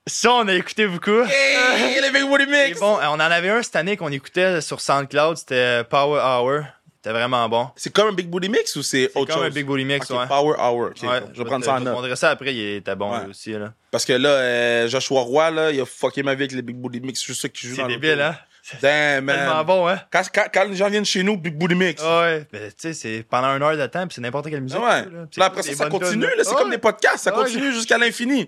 S1: Ça, on a écouté beaucoup.
S2: Hey, le Big Booty
S1: Et
S2: Mix!
S1: bon, euh, on en avait un cette année qu'on écoutait sur SoundCloud, c'était Power Hour, c'était vraiment bon.
S2: C'est comme un Big Booty Mix ou c'est
S1: C'est
S2: autre
S1: comme
S2: chose?
S1: un Big Booty Mix,
S2: Ok,
S1: ouais.
S2: Power Hour. ok,
S1: Ouais,
S2: je
S1: te-
S2: vais prendre ça en
S1: te
S2: note.
S1: montrerai ça après, il était bon
S2: Ouais.
S1: lui aussi. Là.
S2: Parce que là, euh, Joshua Roy, là, il a fucké ma vie avec les Big Booty Mix. C'est ça qui joue
S1: C'est
S2: dans
S1: débile,
S2: l'auto.
S1: hein?
S2: Damn,
S1: Tellement
S2: man.
S1: bon, hein?
S2: Quand, quand, quand les gens viennent chez nous, Big Booty Mix.
S1: Ah ouais. Mais tu sais, c'est pendant une heure de temps, puis c'est n'importe quelle musique.
S2: ouais.
S1: tu sais, là. Puis
S2: Là, après ça,
S1: c'est
S2: ça
S1: des bonnes
S2: continue.
S1: tunes,
S2: là. C'est
S1: Ah
S2: comme
S1: ouais.
S2: des podcasts. Ça
S1: Ouais.
S2: continue jusqu'à l'infini.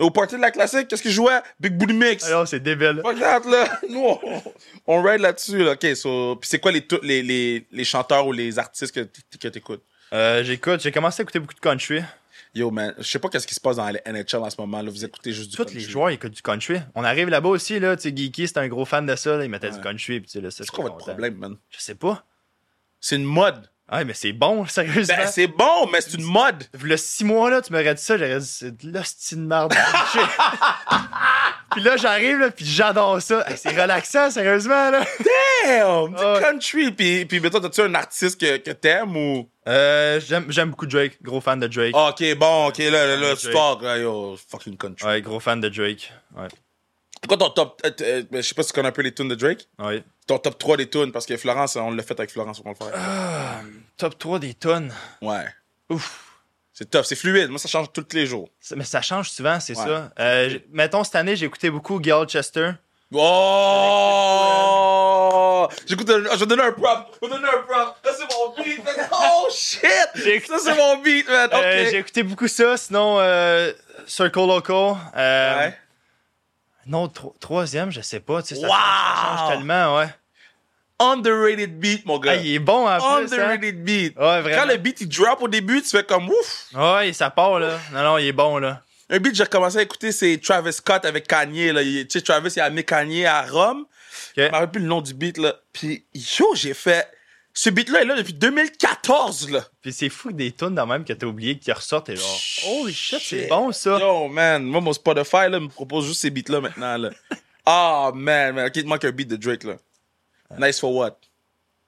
S2: Au party de la classique, qu'est-ce qu'ils jouaient? Big Booty Mix.
S1: Alors, Ah c'est débile.
S2: Fuck that, là. [LAUGHS] Nous, on, on ride là-dessus. Là. OK, so... Puis c'est quoi les, tou- les, les, les chanteurs ou les artistes que t- que t'écoutes?
S1: Euh, J'écoute, j'ai commencé à écouter beaucoup de country.
S2: Yo, man, je sais pas qu'est-ce qui se passe dans la NHL en ce moment. Là. Vous écoutez juste du
S1: Tous
S2: country.
S1: les joueurs écoutent du country. On arrive là-bas aussi, là, tu sais, Geeky, c'est un gros fan de ça, là, il mettait
S2: Ouais.
S1: du country, puis tu sais, là, ça,
S2: C'est
S1: j'étais
S2: quoi votre
S1: content.
S2: problème, man?
S1: Je sais pas.
S2: C'est une mode.
S1: Ouais, mais c'est bon, [LAUGHS] sérieusement.
S2: Ben, c'est bon, mais c'est une mode.
S1: le six mois, là, tu m'aurais dit ça, j'aurais dit, c'est de l'hostie de [LAUGHS] marde. puis là, j'arrive, là, puis j'adore ça. Hey, c'est relaxant, sérieusement, là.
S2: Damn! Du
S1: Ah ouais.
S2: country! Puis, puis mettons, t'as-tu un artiste que, que t'aimes ou.
S1: Euh, j'aime j'aime beaucoup Drake, gros fan de Drake.
S2: Ah, ok, bon, ok, là, là, là,
S1: Ok.
S2: tu pars. là, yo, fucking country.
S1: Ouais, gros fan de Drake. Ouais.
S2: C'est quoi ton top. euh, euh, je sais pas si tu connais un peu les tunes de Drake.
S1: ouais.
S2: Ton top 3 des tunes, parce que Florence, on l'a fait avec Florence, on va
S1: Euh.
S2: le faire.
S1: Top 3 des tonnes.
S2: Ouais.
S1: Ouf.
S2: C'est tough, c'est fluide. Moi, ça change tous les jours.
S1: Ça- mais ça change souvent, c'est
S2: Ouais.
S1: ça. Euh, j- mettons, cette année, j'ai écouté beaucoup Gail Chester.
S2: Oh! J'écoute, un- je vais donner un prop. Je vais donner un prop. Ça, c'est mon beat, man. Oh, shit! Ça, c'est mon beat, man. Ok.
S1: Euh, j'ai écouté beaucoup ça. Sinon, euh, Circle Local. Euh,
S2: Ouais.
S1: Non, tro- troisième, je sais pas. Tu sais, ça,
S2: Wow!
S1: change, ça change tellement, ouais.
S2: Underrated beat, mon gars.
S1: Ah, il est bon en plus. hein.
S2: Underrated beat.
S1: Ouais,
S2: Quand
S1: vraiment.
S2: le beat il drop au début, tu fais comme ouf.
S1: Ouais, ça part, là. Non, non, il est bon, là.
S2: Un beat que j'ai recommencé à écouter, c'est Travis Scott avec Kanye. Là. Il- Tu sais, Travis, il a amené Kanye à Rome. Je me rappelle plus le nom du beat. Là. Puis, yo, j'ai fait. Ce beat-là est là depuis 2014. Là.
S1: Puis c'est fou des tunes, quand même, que t'as oublié qui ressortent. Et genre, holy shit,
S2: Shit.
S1: c'est bon, ça. [LAUGHS]
S2: Yo, man. Moi, mon Spotify là, me propose juste ces beats-là maintenant. Là. Oh, man, man. OK, il te manque un beat de Drake, là. Nice for what?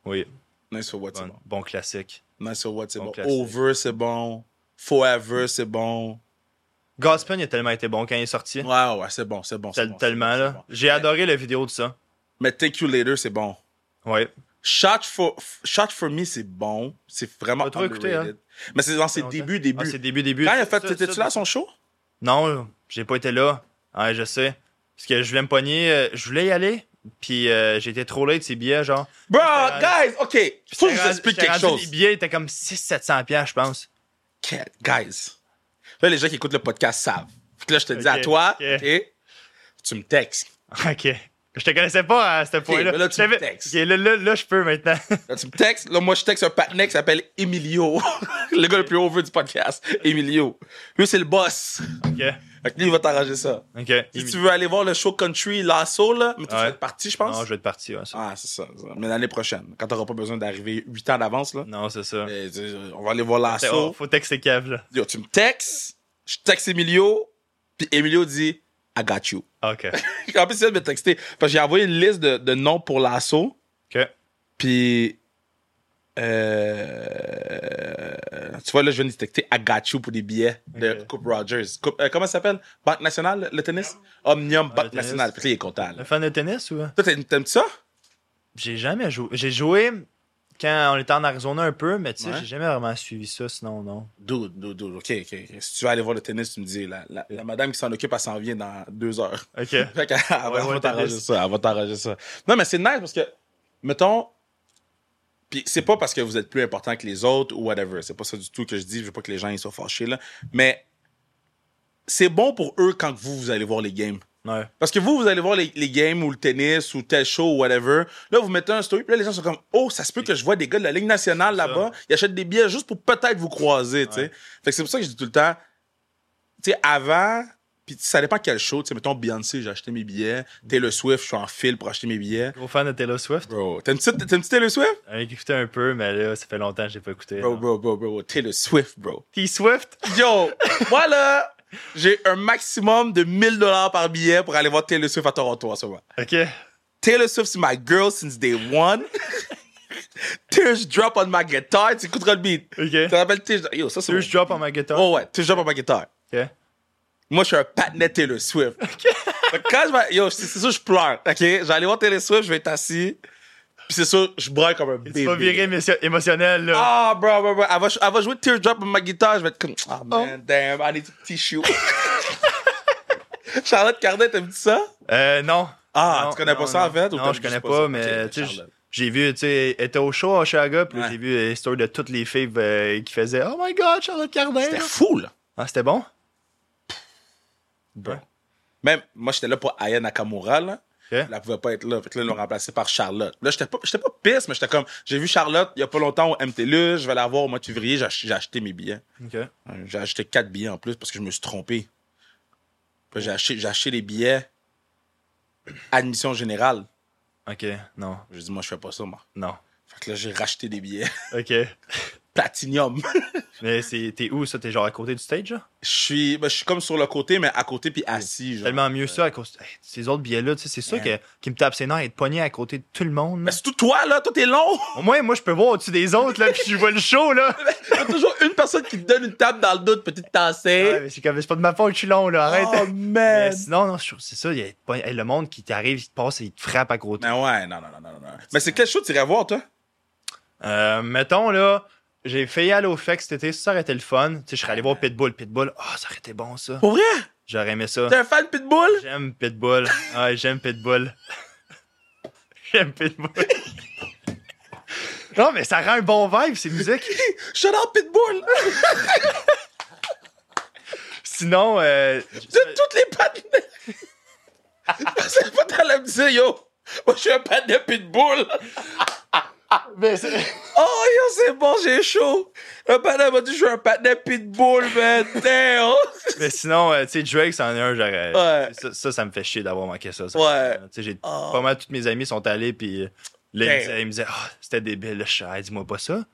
S1: Oui,
S2: Nice for what, c'est
S1: bon,
S2: bon.
S1: bon classique.
S2: Nice for what, c'est
S1: Bon
S2: bon.
S1: classique.
S2: Over, c'est bon. Forever, c'est bon.
S1: Godspin, il a tellement été bon quand il est sorti.
S2: Ouais, ouais, ouais, c'est bon, c'est bon. c'est
S1: Tel-
S2: bon, c'est
S1: tellement,
S2: bon,
S1: là.
S2: c'est bon.
S1: J'ai adoré la vidéo de ça.
S2: Mais Take You Later, c'est bon.
S1: Ouais.
S2: Shot for, Shot for Me, c'est bon. C'est vraiment
S1: Pas trop écouté,
S2: underrated. Mais c'est dans ses
S1: longtemps.
S2: débuts,
S1: Ah,
S2: débuts.
S1: c'est début, début.
S2: Quand il a fait,
S1: Ça,
S2: t'étais-tu
S1: ça,
S2: là à son show?
S1: Non, j'ai pas été là. Ouais, je sais. Parce que je voulais me pogner. euh, je voulais y aller. Puis euh, j'étais trop late, ces billets, genre.
S2: Bro,
S1: Euh,
S2: guys, OK, faut que je
S1: J'étais
S2: vous
S1: rendu-
S2: explique
S1: j'étais
S2: quelque
S1: rendu,
S2: chose.
S1: Les billets étaient comme 600-700$, je pense. [LAUGHS]
S2: Quel- Guys, là, les gens qui écoutent le podcast savent. Fait que là, je te dis à
S1: Ok,
S2: toi,
S1: ok.
S2: OK, tu me textes.
S1: OK. Je te connaissais pas à ce point-là.
S2: mais là, tu
S1: Je
S2: me
S1: t'avais-
S2: textes.
S1: Ok, là, là, là, je peux maintenant. [LAUGHS]
S2: Là, tu me textes. Là, moi, je texte un patinet qui s'appelle Emilio. [LAUGHS] le gars le plus over du podcast, Emilio. Lui, c'est le boss.
S1: OK.
S2: Fait que lui, il va t'arranger ça.
S1: OK.
S2: Si tu veux aller voir le show Country Lasso, là, mais toi, tu
S1: Ouais.
S2: vas être parti, je pense.
S1: Non, je vais être parti. ouais, ça.
S2: Ah, c'est ça, c'est ça. Mais l'année prochaine, quand t'auras pas besoin d'arriver 8 ans d'avance, là,
S1: Non, c'est ça.
S2: euh, tu- on va aller voir
S1: C'est- oh,
S2: Lasso.
S1: faut texter Kev, là.
S2: Yo, tu me textes, je texte Emilio, puis Emilio dit « I got you [LAUGHS]
S1: Ah, OK. ».
S2: En plus, il vient de me texter, parce que j'ai envoyé une liste de, de noms pour Lasso,
S1: OK.
S2: puis... euh, tu vois, là, je viens de détecter « I got you » pour des billets de
S1: Ok.
S2: Coupe Rogers. Coupe- euh, comment ça s'appelle? Banque Nationale, le tennis?
S1: Ah, le
S2: Omnium Banque
S1: tennis.
S2: Nationale. Puis là, il est content. là.
S1: Le fan de tennis ou.
S2: Toi, t'aimes t'aimes ça?
S1: J'ai jamais joué. J'ai joué quand on était en Arizona un peu, mais tu sais,
S2: Ouais.
S1: j'ai jamais vraiment suivi ça, sinon, non.
S2: Dude, dude, dude, ok, ok. ok. Si tu veux aller voir le tennis, tu me dis, la, la, la madame qui s'en occupe, elle s'en vient dans deux heures. [LAUGHS]
S1: OK. [LAUGHS]
S2: Fait qu'elle elle va-
S1: Ouais,
S2: elle
S1: ouais,
S2: va t'arranger
S1: tennis.
S2: ça, elle va t'arranger ça. Non, mais c'est nice parce que, mettons, puis c'est pas parce que vous êtes plus important que les autres ou whatever, c'est pas ça du tout que je dis, je veux pas que les gens ils soient fâchés, là, mais c'est bon pour eux quand vous, vous allez voir les games.
S1: Ouais.
S2: Parce que vous, vous allez voir les, les games ou le tennis ou tel show ou whatever. Là, vous mettez un story, puis là, les gens sont comme Oh, ça se peut que je vois des gars de la Ligue nationale
S1: ça.
S2: là-bas. Ils achètent des billets juste pour peut-être vous croiser, tu sais.
S1: Ouais.
S2: Fait que c'est pour ça que je dis tout le temps Tu sais, avant, puis ça dépend quel show. Tu sais, mettons Beyoncé, j'ai acheté mes billets.
S1: Mm.
S2: Taylor Swift, je suis en file pour acheter mes billets.
S1: Gros fan de Taylor Swift.
S2: Bro, t'aimes-tu ça- t'aimes-tu Taylor Swift?
S1: J'ai écouté un peu, mais là, ça fait longtemps que j'ai pas écouté.
S2: Bro, bro, bro, bro, Taylor Swift, bro.
S1: T-Swift?
S2: Yo, [LAUGHS] voilà! J'ai un maximum de 1000 par billet pour aller voir Taylor Swift à Toronto en ce moment.
S1: OK.
S2: Taylor Swift's my girl since day one. Tears drop on my guitar. Tu écouteras le beat. Tu
S1: OK.
S2: t'appelles Tears Drop. Yo, ça c'est.
S1: Deux, je drop on ma guitare.
S2: Oh ouais, Tears drop on my guitar.
S1: OK.
S2: Moi, je suis un patinet Taylor Swift. Fait que Quand je vais- Yo, c'est c'est sûr, je pleure. OK? J'allais voir Taylor Swift, je vais être assis. Puis c'est sûr, je braille comme un
S1: Tu vas virer
S2: bébé.
S1: émotion- émotionnel, là.
S2: Ah, bro, bro, bro. Elle va, elle va jouer Tears drop on my guitar. Je vais être comme. Oh man, damn, I need tissue. [LAUGHS] Charlotte Cardet, t'as dit ça?
S1: Euh, non.
S2: Ah,
S1: Non,
S2: tu connais pas
S1: non,
S2: ça, en
S1: non.
S2: fait, ou t'as
S1: Non, je
S2: juste
S1: connais
S2: pas
S1: pas,
S2: ça?
S1: mais
S2: Ok,
S1: tu sais,
S2: Charlotte.
S1: j'ai vu, tu sais, elle était au show à Chicago, puis là,
S2: Ouais.
S1: j'ai vu l'histoire de toutes les filles euh, qui faisaient Oh my god, Charlotte Cardin.
S2: C'était
S1: là.
S2: fou, là.
S1: Ah, c'était bon?
S2: Bro. Même, moi, j'étais là pour Aya Nakamura, là.
S1: Ok.
S2: Elle pouvait pas être là. Fait que là, ils l'ont remplacée par Charlotte. Là, j'étais pas, j'étais pas pisse, mais j'étais comme, j'ai vu Charlotte il y a pas longtemps au MTLU, je vais la voir au mois de février, j'ai, ach- j'ai acheté mes billets.
S1: OK.
S2: Euh, J'ai acheté quatre billets en plus parce que je me suis trompé. Puis J'ai acheté, j'ai acheté les billets admission générale.
S1: OK. Non.
S2: J'ai dit, moi, je fais pas ça, moi.
S1: Non.
S2: Fait que là, j'ai racheté des billets [LAUGHS]
S1: OK.
S2: platinium.
S1: Mais c'est- t'es où, ça? T'es genre à côté du stage, là?
S2: Je suis, ben, je suis comme sur le côté, mais à côté puis assis. genre.
S1: Tellement mieux ça à cause hey, ces autres billets-là, tu sais, c'est sûr
S2: Man.
S1: que qui me tape ses nerfs et de pogné à côté de tout le monde. là.
S2: Mais c'est tout toi, là. Toi, t'es long. [LAUGHS]
S1: Au moins, moi, je peux voir au-dessus des autres, là, [LAUGHS] puis je vois le show, là.
S2: Il y a toujours une personne qui te donne une table dans le dos de petite tassée.
S1: Ouais, mais c'est comme, c'est pas de ma faute, je suis long, là, arrête.
S2: Oh,
S1: Mais
S2: man.
S1: sinon, non, je trouve- c'est ça, il y a pas- hey, le monde qui t'arrive, il te passe et il te frappe à côté.
S2: Mais Ah ouais, non, non, non, non, non. Mais c'est quel show tu irais voir, toi?
S1: Euh, mettons, là, j'ai failli aller au FEC cet été, ça aurait été le fun. Tu sais, je serais allé voir Pitbull. Pitbull, oh, ça aurait été bon, ça.
S2: Pour vrai?
S1: J'aurais aimé ça.
S2: T'es un fan de Pitbull?
S1: J'aime Pitbull. Ouais, j'aime Pitbull. [LAUGHS] j'aime Pitbull. [LAUGHS] non, mais ça rend un bon vibe, ces musiques.
S2: Shut up, Pitbull!
S1: Sinon, euh,
S2: De toutes les pattes! c'est pas dans la me dire, yo! Moi, je suis un fan de Pitbull!
S1: mais c'est-
S2: Oh, yo, c'est bon, j'ai chaud! Un panda m'a dit, je suis un fan de Pitbull, man! Damn!
S1: mais sinon, euh, tu sais, Drake, c'en est un, j'aurais.
S2: Ouais.
S1: Ça, ça, ça me fait chier d'avoir manqué ça. ça.
S2: Ouais.
S1: Tu sais, j'ai
S2: Oh.
S1: pas mal tous mes amis sont allés, puis euh, là, ils me
S2: Damn.
S1: disaient, ils me disaient, Ah, c'était débile, le chat, dis-moi pas ça.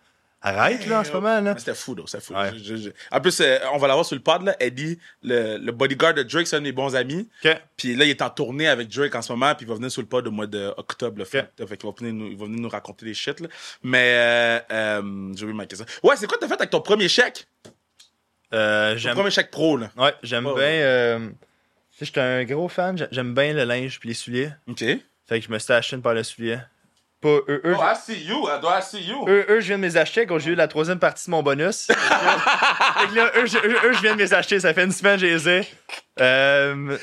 S1: Arrête,
S2: Ben,
S1: là, en
S2: euh,
S1: ce moment, là.
S2: Mais C'était fou, là, c'était fou.
S1: Ouais.
S2: Je- je- je- En plus, euh, on va l'avoir sur le pod, là. Eddie, le, le bodyguard de Drake, c'est un de mes bons amis.
S1: OK.
S2: Puis là, il est en tournée avec Drake en ce moment, puis il va venir sur le pod au mois d'octobre.
S1: Ok.
S2: Fait qu'il va venir, nous, il va venir nous raconter des shit, là. Mais, euh, euh, j'ai oublié ma question. Ouais, c'est quoi que t'as fait avec ton premier chèque?
S1: Euh,
S2: Ton
S1: j'aime
S2: premier chèque pro, là.
S1: ouais, j'aime
S2: Ouais,
S1: bien.
S2: ouais.
S1: euh, tu sais, j'étais un gros fan. j'a- J'aime bien le linge puis les souliers.
S2: OK.
S1: Fait que je me suis acheté une paire de souliers. Pas eux. Eux,
S2: I see you. I do I see you.
S1: eux, eux, je viens de me les acheter quand j'ai eu la troisième partie de mon bonus. Fait
S2: [LAUGHS]
S1: que là, eux, je- eux, eux, je viens de me les acheter. Ça fait une semaine, j'ai les ai. Euh,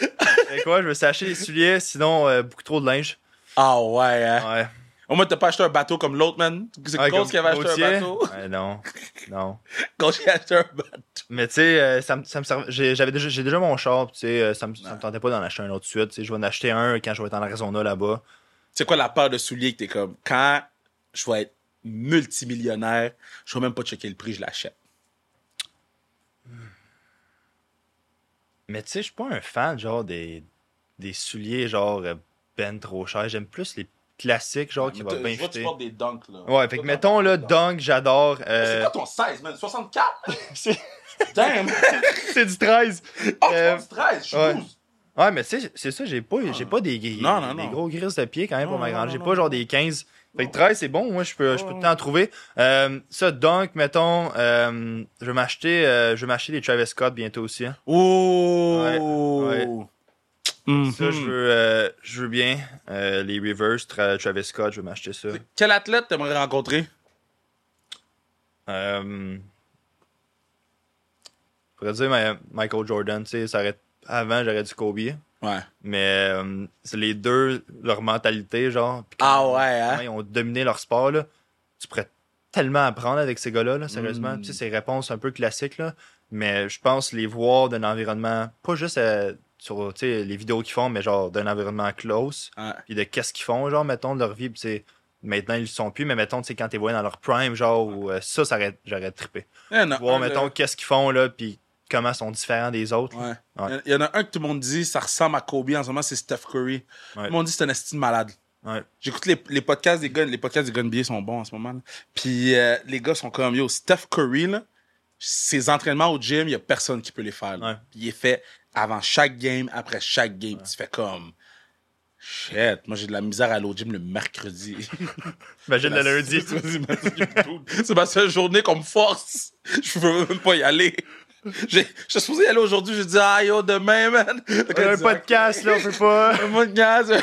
S1: fait
S2: [LAUGHS]
S1: quoi, je me suis acheté des souliers, sinon euh, beaucoup trop de linge.
S2: Ah ouais, hein. [LAUGHS]
S1: Ouais.
S2: Au moins, t'as pas acheté un bateau comme l'autre, man. C'est
S1: Ouais, Ah,
S2: Gauche
S1: comme
S2: qui avait acheté
S1: Gauthier.
S2: un
S1: [LAUGHS]
S2: bateau. [LAUGHS]
S1: Ouais, non. Non.
S2: Gauche qui a acheté un bateau.
S1: Mais tu sais, euh, ça me, ça me servait- j'ai- j'avais déjà, j'ai déjà mon char, tu sais, euh, ça me, ça me tentait pas d'en acheter un autre de suite. tu sais, Je vais en acheter un quand je vais être en Arizona là-bas.
S2: C'est quoi la peur de soulier que t'es comme, quand je vais être multimillionnaire, je vais même pas checker le prix, je l'achète.
S1: Mais tu sais, je suis pas un fan, genre, des, des souliers, genre, euh, ben trop chers. J'aime plus les classiques, genre, qui
S2: Mais
S1: vont
S2: t'as-
S1: bien
S2: je vois que tu
S1: fitter.
S2: portes des dunks, là.
S1: bah, ben Ouais, fait que mettons, là, Dunk, j'adore.
S2: C'est
S1: euh,
S2: quoi ton 16, man? 64?
S1: [LAUGHS] c'est
S2: Damn!
S1: c'est du 13.
S2: Oh,
S1: Euh,
S2: 13, je suis
S1: ouais.
S2: 12.
S1: Ouais, mais tu sais, c'est ça, j'ai pas, j'ai pas des, gris-
S2: Non, non,
S1: des
S2: non.
S1: gros grises de pied quand même pour
S2: Non,
S1: ma
S2: non,
S1: grande.
S2: non,
S1: J'ai
S2: non,
S1: pas genre des 15. Fait que 13, c'est bon, moi, je peux, je peux tout le temps en trouver. Euh, ça, donc, mettons, euh, je vais m'acheter euh, je vais m'acheter des Travis Scott bientôt aussi. hein.
S2: Oh!
S1: Ouais,
S2: Mhm.
S1: Ça, je veux, euh, je veux bien. euh, les Reverse, tra- Travis Scott, je vais m'acheter ça.
S2: Quel athlète t'aimerais rencontrer?
S1: Euh, faudrait dire ma- Michael Jordan, tu sais, ça aurait- avant, j'aurais dit Kobe.
S2: Ouais.
S1: Mais euh, c'est les deux, leur mentalité, genre. puis
S2: Ah
S1: comment-
S2: ouais, hein?
S1: comment Ils ont dominé leur sport, là. Tu pourrais tellement apprendre avec ces gars-là, là, sérieusement.
S2: Mm.
S1: Tu sais, ces réponses un peu classiques, là. Mais je pense les voir d'un environnement, pas juste euh, sur tu sais, les vidéos qu'ils font, mais genre d'un environnement close.
S2: Ouais.
S1: Puis de qu'est-ce qu'ils font, genre, mettons, de leur vie. Puis c'est- maintenant, ils le sont plus, mais mettons, tu sais, quand t'es voyé dans leur prime, genre, ou, euh, ça, ça aurait- j'aurais trippé.
S2: Il y en a
S1: Voir,
S2: un, là.
S1: mettons, qu'est-ce qu'ils font, là, puis comment sont différents des autres.
S2: Ouais.
S1: Ouais.
S2: Il y en a un que tout le monde dit, ça ressemble à Kobe en ce moment, c'est Steph
S1: Ouais.
S2: Curry. Tout le monde dit c'est un estime malade.
S1: Ouais.
S2: J'écoute les, les podcasts des gars, les podcasts des gars NBA sont bons en ce moment. là. Puis euh, les gars sont comme yo, Steph Curry là, ses entraînements au gym, il y a personne qui peut les faire. là.
S1: Ouais.
S2: Il est fait avant chaque game, après chaque game, tu fais comme shit, moi j'ai de la misère à aller au gym le mercredi. [LAUGHS]
S1: Imagine le [LAUGHS] lundi.
S2: C'est ma seule journée qu'on me force. Je veux même pas y aller. J'ai- Je suis supposé y aller aujourd'hui. J'ai dit, ah yo, demain, man.
S1: On a un podcast, là, on peut
S2: [LAUGHS]
S1: pas.
S2: Un podcast.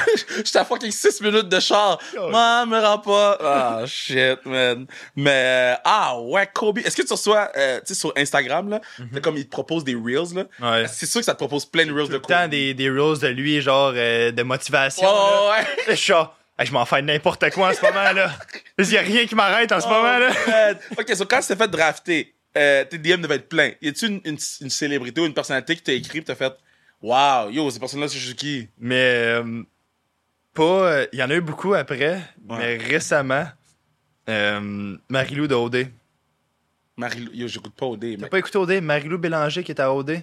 S2: J'étais à fucking 6 minutes de char.
S1: Oh.
S2: Maman, me rends pas. Ah, shit, man. Mais, euh, ah ouais, Kobe. Est-ce que tu reçois, euh, tu sais, sur Instagram, là,
S1: Mhm.
S2: t'as comme ils te proposent des reels, là.
S1: Ouais.
S2: C'est sûr que ça te propose plein de reels
S1: tout
S2: de
S1: le
S2: Kobe.
S1: temps des, des reels de lui, genre euh, de motivation.
S2: Oh, ouais.
S1: là. Je suis genre, Hey, je m'en fais de n'importe quoi en ce moment là. Il n'y a rien qui m'arrête en ce moment là.
S2: man. ok, so quand tu t'es fait drafter, euh, tes DM devaient être pleins. Y a-tu une, une, une célébrité ou une personnalité qui t'a écrit pis t'as fait Waouh, yo, ces personnes-là, c'est juste qui
S1: Mais euh, pas. euh, Il y en a eu beaucoup après, mais
S2: Ouais.
S1: récemment, euh, Marilou de OD.
S2: Marie, yo, j'écoute pas OD,
S1: T'as
S2: mais.
S1: pas écouté OD? Marilou Bélanger qui est à OD.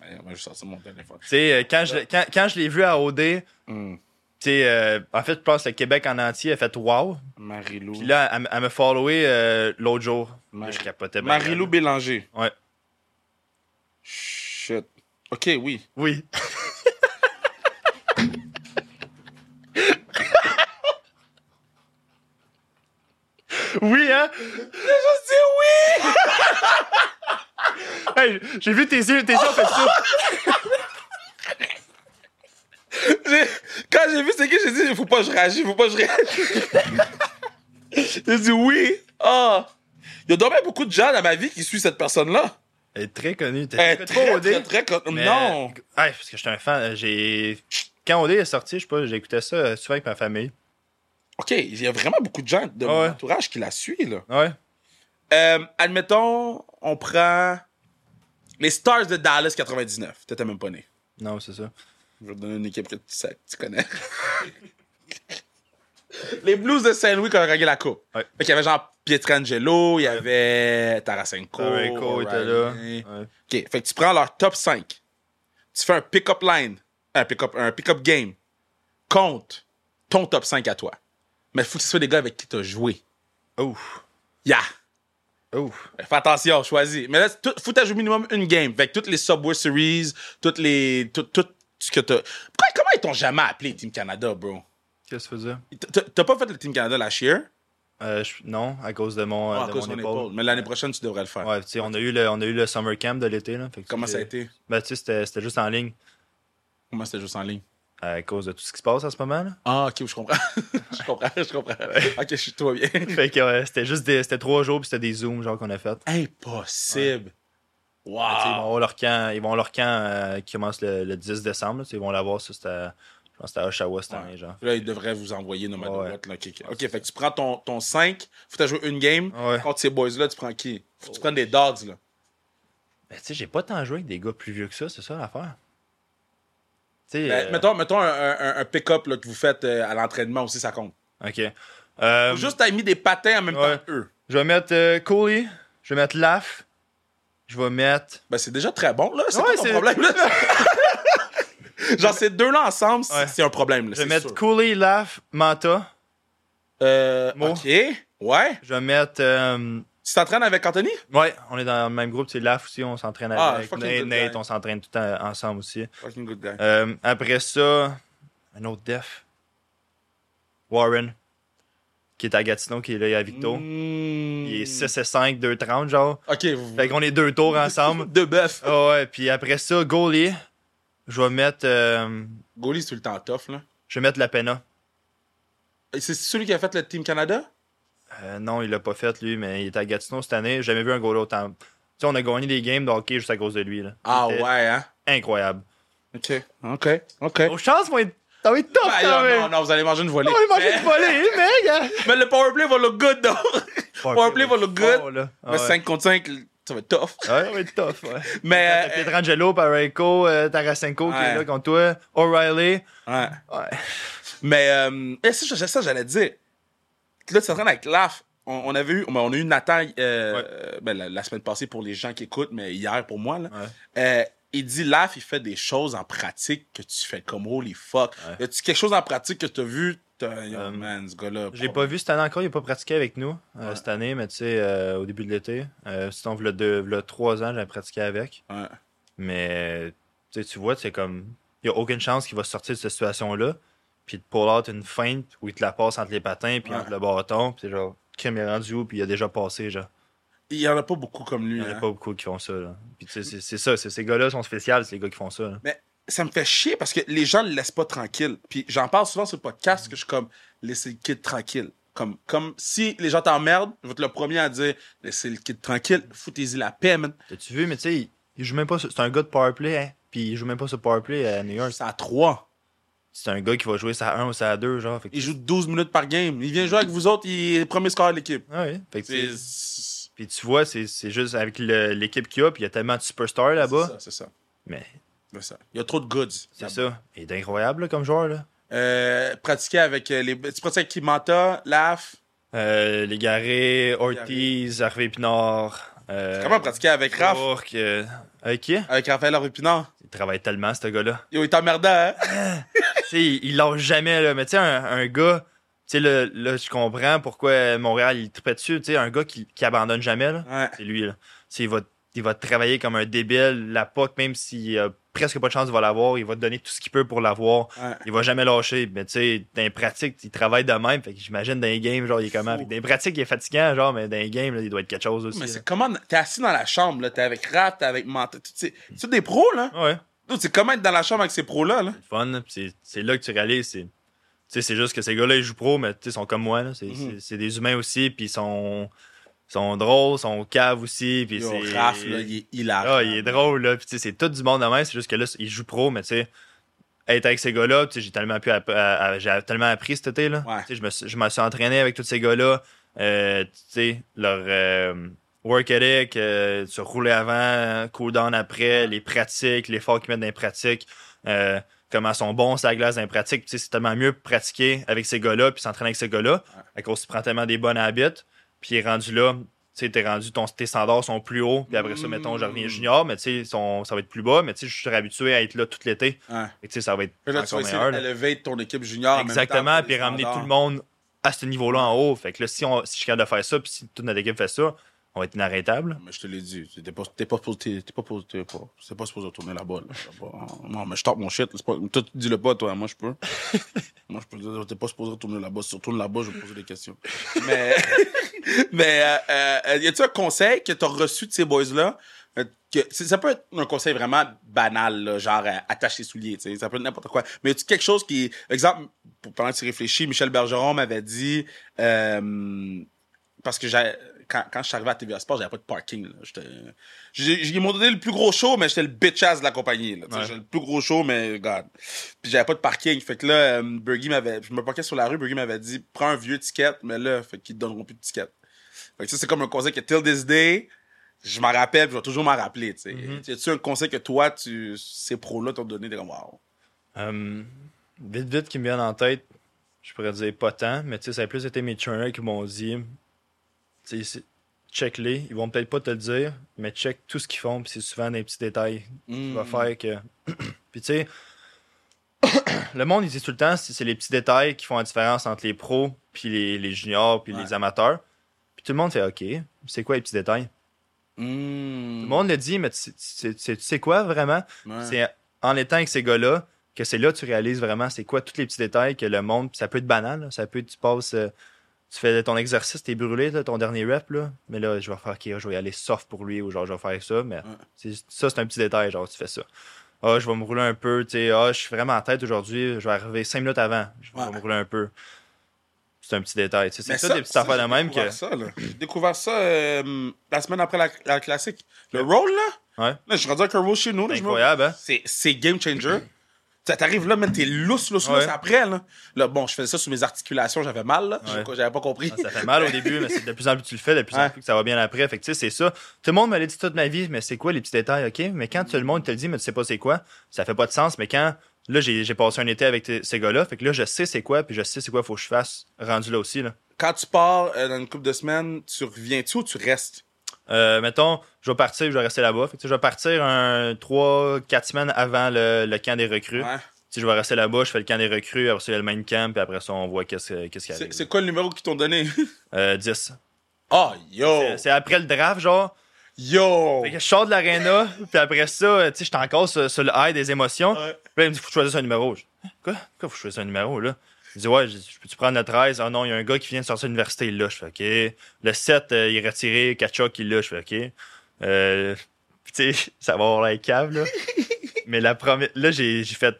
S2: mais Moi, je sors ça de mon téléphone.
S1: Tu sais, euh, quand je, l'ai- quand, quand je l'ai vu à OD,
S2: Hum,
S1: tu sais, euh, en fait, je pense que le Québec en entier a fait wow.
S2: Marie-Lou.
S1: Puis là, elle, m- elle m'a followé euh, l'autre jour.
S2: Mar-
S1: je capotais. ben,
S2: Marie-Lou Bélanger.
S1: Ouais.
S2: Shit. Ok, oui.
S1: Oui. oui, hein?
S2: Je dis oui
S1: Hey, j'ai vu tes yeux, tes yeux ont fait ça.
S2: J'ai- Quand j'ai vu c'est qui, j'ai dit Faut pas que je réagisse, faut pas que je réagisse. [LAUGHS] j'ai dit oui. Ah. Il y a dommage beaucoup de gens dans ma vie qui suivent cette personne-là.
S1: Elle est très connue. T'as
S2: Eh,
S1: t'as
S2: très,
S1: pas
S2: très,
S1: OD?
S2: très, con-
S1: mais-
S2: Non.
S1: Ouais, parce que j'étais un fan. euh, J'ai. Quand OD est sorti, je sais pas, j'écoutais ça euh, souvent avec ma famille.
S2: OK, il y a vraiment beaucoup de gens de mon
S1: Ouais.
S2: entourage qui la suivent. là.
S1: Ouais.
S2: Euh, admettons, on prend les Stars de Dallas 99. T'étais même pas né.
S1: Non, c'est ça.
S2: Je vais te donner une équipe que tu sais, tu connais. [LAUGHS] les Blues de Saint-Louis qui ont gagné la coupe.
S1: Ouais.
S2: Fait qu'il y avait genre Pietrangelo, il y avait Tarasenko.
S1: Rico était là.
S2: O'Reilly.
S1: Ouais.
S2: OK, fait que tu prends leur top 5. Tu fais un pick-up line, un pick-up un pick game contre ton top 5 à toi. Mais il faut que ce soit des gars avec qui tu as joué.
S1: Ouf.
S2: Yeah.
S1: Ouf.
S2: Fais attention, choisis. Mais là, c'est tout, foutage au minimum une game. Fait que toutes les Subway Series, toutes les. Tout, tout ce que t'as. Pourquoi, comment ils t'ont jamais appelé Team Canada, bro?
S1: Qu'est-ce que tu faisais?
S2: T- t- T'as pas fait le Team Canada last year?
S1: Euh, je- non, à cause de mon, euh,
S2: Ah, à
S1: de
S2: cause de
S1: mon
S2: ton
S1: épaule.
S2: épaule. Mais l'année prochaine, tu devrais le faire.
S1: Ouais, tu sais, on a eu le, on a eu le summer camp de l'été. Là, Fait que,
S2: Comment
S1: tu
S2: ça a
S1: sais,
S2: été?
S1: Ben, tu sais, c'était, c'était juste en ligne euh,
S2: Comment c'était juste en ligne?
S1: à cause de tout ce qui se passe en ce moment. là. [LAUGHS]
S2: Ah, ok, je comprends. [LAUGHS] je comprends, je comprends. ok, je suis toi bien. [LAUGHS]
S1: fait que ouais, c'était juste des, c'était trois jours puis c'était des zooms genre qu'on a fait.
S2: Impossible.
S1: Tu sais, Ils vont
S2: Wow.
S1: avoir leur camp, ils vont avoir leur camp euh, qui commence le, le 10 décembre. là, tu sais, ils vont l'avoir, ça, c'était, à- je pense que c'était à Oshawa cette année. Genre.
S2: Là, ils devraient vous envoyer nos
S1: Ouais.
S2: boîte. là. Ok, ok. Ok, fait que tu prends ton, ton 5, faut t'as joué une game.
S1: Ouais. Oh.
S2: Contre ces boys-là, tu prends qui? Faut que tu prennes des dogs, là.
S1: Mais Ben, tu sais, j'ai pas tant joué avec des gars plus vieux que ça, c'est ça l'affaire. Tu sais.
S2: Ben,
S1: euh,
S2: Mettons, mettons un, un- un pick-up là, que vous faites euh, à l'entraînement aussi, ça compte.
S1: Ok. Euh,
S2: Faut juste t'as mis des patins en même
S1: ouais.
S2: temps qu'eux.
S1: Je vais mettre euh, Cooley, je vais mettre Laff, je vais mettre.
S2: Ben, c'est déjà très bon, là. C'est
S1: Ouais,
S2: pas ton
S1: c'est- [LAUGHS]
S2: problème, là. Genre, ces deux-là ensemble, c'est-
S1: Ouais.
S2: c'est un problème, là.
S1: Je vais
S2: c'est
S1: mettre
S2: sûr.
S1: Cooley, Laff, Manta.
S2: Euh,
S1: Mo.
S2: OK. Ouais.
S1: Je vais mettre. euh,
S2: Tu t'entraînes avec Anthony?
S1: ouais, on est dans le même groupe. C'est Laff aussi, on s'entraîne
S2: Ah,
S1: avec.
S2: fucking
S1: Nate,
S2: good
S1: Nate,
S2: guy.
S1: on s'entraîne tout le temps ensemble aussi.
S2: Fucking good guy.
S1: Euh, après ça, un autre def. Warren, qui est à Gatineau, qui est là à Victo.
S2: Mm.
S1: Il est 6 et 5, 2 30, genre.
S2: OK. vous-
S1: Fait qu'on est deux tours
S2: [LAUGHS]
S1: ensemble.
S2: De bœuf.
S1: Ah ouais, puis après ça, goalie, je vais mettre. euh,
S2: Goalie, c'est tout le temps tough, là.
S1: je vais mettre la Pena.
S2: Et C'est celui qui a fait le Team Canada?
S1: Euh, non, il l'a pas fait, lui, mais il était à Gatineau cette année. J'ai jamais vu un goaler autant. Tu sais, on a gagné des games de hockey juste à cause de lui. Là.
S2: Ah
S1: C'était
S2: ouais, hein?
S1: Incroyable.
S2: OK. OK. OK.
S1: Aux chances, moi, t'as été Ah top
S2: Ben,
S1: quand
S2: non, non,
S1: même. Ah
S2: non, vous allez manger une volée.
S1: On va manger
S2: Mais-
S1: Oh, une volée, mais. gars.
S2: Mais le powerplay va look good, though. powerplay va look good.
S1: Oh, là. Ah
S2: Mais
S1: ouais.
S2: 5 contre 5, ça va être tough.
S1: [LAUGHS] Ouais, ça va être tough.
S2: [LAUGHS]
S1: Ouais.
S2: Mais.
S1: T'as
S2: euh,
S1: Pietrangelo, Pareco, euh, Tarasenko qui
S2: Ouais.
S1: est là contre toi, O'Reilly.
S2: Ouais.
S1: Ouais.
S2: Mais euh, eh, ça, ça, ça, j'allais dire. Là, tu t'entraînes avec Laf. On, on avait eu, on a eu Nathan euh,
S1: Ouais.
S2: euh, ben, la, la semaine passée pour les gens qui écoutent, mais hier pour moi. Là,
S1: Ouais.
S2: Euh, il dit Laf, il fait des choses en pratique que tu fais comme holy fuck. Y a-tu quelque chose en pratique que t'as vu? T'as- Yo,
S1: Euh,
S2: man, ce gars-là.
S1: J'ai pas vu cette année encore, il a pas pratiqué avec nous euh, cette année, mais tu sais, euh, au début de l'été, euh, sinon, v'là deux- v'là trois ans, j'ai pratiqué avec.
S2: Ouais.
S1: Mais tu sais, tu vois, c'est comme. Il n'y a aucune chance qu'il va sortir de cette situation-là. Puis de pull out une feinte où il te la passe entre les patins, puis
S2: Ouais.
S1: entre le bâton. Puis c'est genre, Kim est rendu où, puis il a déjà passé, genre.
S2: Il y en a pas beaucoup comme lui.
S1: Il n'y en
S2: hein.
S1: a pas beaucoup qui font ça, là. Puis tu sais, c'est- c'est ça, c'est- ces gars-là sont spéciaux, c'est les gars qui font ça. là.
S2: Mais ça me fait chier parce que les gens le laissent pas tranquille. Puis j'en parle souvent sur le podcast que je suis comme laissez le kid tranquille. Comme, comme si les gens t'emmerdent, je vais être le premier à dire laissez le kid tranquille, foutez-y la paix, man.
S1: T'as-tu vu, mais tu sais, il, il joue même pas. sur- C'est un gars de powerplay, hein. Puis il joue même pas sur powerplay à New York.
S2: C'est à 3.
S1: C'est un gars qui va jouer ça à 1 ou ça à 2, genre. Fait que,
S2: Il joue 12 minutes par game. Il vient jouer avec vous autres, il est le premier score de l'équipe.
S1: ah Ouais, fait que, tu sais,
S2: C'est
S1: Puis tu vois, c'est c'est juste avec le- l'équipe qu'il y a, puis il y a tellement de superstars là-bas.
S2: ça, c'est ça.
S1: Mais
S2: C'est ça. Il y a trop de goods.
S1: c'est ça. Il est incroyable là, comme joueur, là.
S2: Euh, pratiquer avec euh, les. Tu pratiques avec qui Manta, Laf.
S1: Euh, Légaré, Ortiz, Harvey Pinard. Euh,
S2: Comment pratiquer avec Raph
S1: Bourque, euh, avec qui
S2: Avec Raphaël Arupinard.
S1: Il travaille tellement, ce gars-là. [LAUGHS]
S2: Yo, il t'emmerdait, hein
S1: tu sais, il, il lâche jamais, là. Mais tu sais, un, un gars. Tu sais, là, là, je comprends pourquoi Montréal, il tripait dessus. Tu sais, un gars qui, qui abandonne jamais, là.
S2: Ouais.
S1: C'est lui, là. Tu sais, il va, il va travailler comme un débile. La POC, même s'il a presque pas de chance, il va l'avoir. Il va te donner tout ce qu'il peut pour l'avoir.
S2: ouais.
S1: Il va jamais lâcher. Mais tu sais, dans les pratiques, il travaille de même. Fait que j'imagine dans les games, genre, il est comment.
S2: Fou.
S1: Fait que Dans les pratiques, il est fatigant, genre, mais dans les games, là, il doit être quelque chose aussi.
S2: Mais
S1: là.
S2: c'est comment. T'es assis dans la chambre, là. T'es avec Raph, t'es avec Manta. tu- C'est c'est des pros, là.
S1: Ouais.
S2: Dude, C'est comment être dans la chambre avec ces pros-là, là.
S1: le fun. là, pis C'est c'est là que tu réalises. C'est tu sais, c'est juste que ces gars-là, ils jouent pro, mais tu sais, ils sont comme moi. là, C'est
S2: Mhm.
S1: c'est- c'est des humains aussi, puis ils sont, ils sont drôles, ils sont caves aussi. Puis
S2: Yo,
S1: c'est.
S2: Raph, là, il est hilarant.
S1: Ah, il est drôle. là, Puis tu sais, c'est tout du monde de même. C'est juste que là, ils jouent pro, mais tu sais. Être avec ces gars-là, tu sais, j'ai tellement, pu app- à- à- j'ai tellement appris cet été. Là.
S2: Ouais.
S1: Tu sais, Je, me, suis- je me suis entraîné avec tous ces gars-là. Euh, tu sais, leur euh, work ethic, euh, se rouler avant, cool down après, les pratiques, l'effort qu'ils mettent dans les pratiques. euh, comment ils sont bons sur la glace dans les pratiques. Tu sais, c'est tellement mieux de pratiquer avec ces gars-là puis s'entraîner avec ces gars-là. À cause tu prends tellement des bonnes habits. Puis rendu là, tu sais, t'es rendu, ton, tes standards sont plus hauts. Puis après ça,
S2: Mm.
S1: mettons, je reviens junior, mais tu sais, ils sont- ça va être plus bas. Mais tu sais, je suis habitué à être là tout l'été.
S2: Ouais.
S1: Fait que, tu sais, ça va être
S2: Fait que Là, tu vas
S1: encore
S2: essayer
S1: meilleur. là.
S2: d'élever ton équipe junior. en même temps,
S1: Exactement,
S2: pour
S1: puis
S2: les
S1: ramener tout
S2: standards.
S1: le monde à ce niveau-là en haut. Fait que là, si, on, si je suis capable de faire ça, puis si toute notre équipe fait ça, on va être inarrêtable.
S2: Mais je te l'ai dit, t'es pas, t'es pas, supposé- t'es, t'es pas, supposé- t'es pas, c'est pas supposé retourner la balle. Non, mais je tape mon shit. c'est Pas, toi, tu dis le pas, toi, moi, [LAUGHS] je peux. moi, je peux dire, t'es pas supposé retourner la balle. Si tu retournes la balle, je vais poser des questions. [LAUGHS] mais, mais, euh, euh, euh, y a-tu un conseil que t'as reçu de ces boys-là? euh, Que, c'est- ça peut être un conseil vraiment banal, là, genre euh, attache tes souliers, tu sais, ça peut être n'importe quoi. Mais y a-tu quelque chose qui. Exemple, pour, pendant que tu réfléchis, Michel Bergeron m'avait dit. euh, parce que j'ai quand, quand je suis arrivé à TVA Sport, j'avais pas de parking. Là. J'étais- j'ai- j'ai- Ils m'ont donné le plus gros show, mais j'étais le bitch ass de la compagnie. Là. Tu sais,
S1: Ouais.
S2: J'étais le plus gros show, mais God. Puis j'avais pas de parking. Fait que là, euh, Bergy m'avait. Je me parquais sur la rue, Bergy m'avait dit prends un vieux ticket, mais là, fait qu'ils te donneront plus de ticket. Fait que ça, c'est comme un conseil que till this day, je m'en rappelle, puis je vais toujours m'en rappeler. Tu sais.
S1: Mhm.
S2: Y a-tu un conseil que toi, tu, ces pros-là t'ont donné T'es comme wow.
S1: Euh, vite, vite, qui me viennent en tête, je pourrais dire pas tant, mais tu sais, ça a plus été mes trainers qui m'ont dit, tu sais, c'est- check-les, ils vont peut-être pas te le dire, mais check tout ce qu'ils font, puis c'est souvent des petits détails qui
S2: Mm. Hmm.
S1: va faire que. [COUGHS] puis tu sais, [COUGHS] le monde, il dit tout le temps, c'est c'est les petits détails qui font la différence entre les pros, puis les, les juniors, puis
S2: Ouais.
S1: les amateurs. Puis tout le monde fait, OK, c'est quoi les petits détails?
S2: Mhm.
S1: Tout le monde le dit, mais tu sais- tu sais tu sais- tu sais quoi vraiment?
S2: Ouais.
S1: C'est en étant avec ces gars-là que c'est là que tu réalises vraiment c'est quoi tous les petits détails que le monde. Ça peut être banal, là. ça peut être tu passes. euh, tu fais ton exercice, t'es brûlé, là, ton dernier rep, là. Mais là, je vais faire, ok, je vais y aller soft pour lui, ou genre, je vais faire ça, mais c'est- ça, c'est un petit détail, genre, tu fais ça. Ah, je vais me rouler un peu, tu sais, ah, je suis vraiment en tête aujourd'hui, je vais arriver cinq minutes avant, je vais
S2: Ouais.
S1: me rouler un peu. C'est un petit détail, tu sais.
S2: Mais
S1: C'est ça, des petites affaires de même que.
S2: J'ai découvert ça, là. J'ai découvert ça euh, la semaine après la, la classique. Le roll, là.
S1: Ouais.
S2: Là, je suis rendu avec un roll chez nous. Là, je me-
S1: Incroyable, hein?
S2: C'est- C'est game changer. Ça t'arrive là, mais t'es lousse, lousse,
S1: Ouais.
S2: lousse après, là. Là, bon, je faisais ça sous mes articulations, j'avais mal, là.
S1: Ouais.
S2: J'ai- J'avais pas compris.
S1: Ah, Ça fait mal au début, mais c'est de plus en plus tu le fais, de plus en
S2: Ouais.
S1: plus que ça va bien après. Fait que, tu sais, c'est ça. Tout le monde me l'a dit toute ma vie, mais c'est quoi les petits détails, ok? Mais quand tout le monde te le dit, mais tu sais pas c'est quoi, ça fait pas de sens. Mais quand, là, j'ai j'ai passé un été avec t- ces gars-là, fait que là, je sais c'est quoi, puis je sais c'est quoi faut que je fasse rendu là aussi, là.
S2: Quand tu pars euh, dans une couple de semaines, tu reviens-tu ou tu restes?
S1: Euh, mettons, je vais partir, je vais rester là-bas. Fait que, tu sais, je vais partir un 3-4 semaines avant le, le camp des recrues.
S2: Ouais.
S1: Si je vais rester là-bas, je fais le camp des recrues, après ça, il y a le main camp, puis après ça, on voit qu'est-ce qu'est-ce qu'il y
S2: C'est
S1: a.
S2: c'est quoi le numéro qu'ils t'ont donné? [LAUGHS]
S1: Euh, 10.
S2: Oh, yo!
S1: C'est- C'est après le draft, genre.
S2: Yo!
S1: Fait que je sors de l'aréna, puis après ça, euh, tu sais, j'étais encore sur, sur le high des émotions.
S2: Ouais.
S1: Puis là, il me dit, faut choisir un numéro. Je dis, Hein? quoi? Pourquoi faut choisir un numéro, là? Il dit, ouais, je, dis, Je peux-tu prendre le 13? Ah non, il y a un gars qui vient de sortir de l'université, là. Je fais, OK. Le 7, euh, il est retiré. Kachok, il est là. Je fais, OK. Euh, puis tu sais, [LAUGHS] ça va avoir la cave, là. Mais la première, là, j'ai j'ai fait,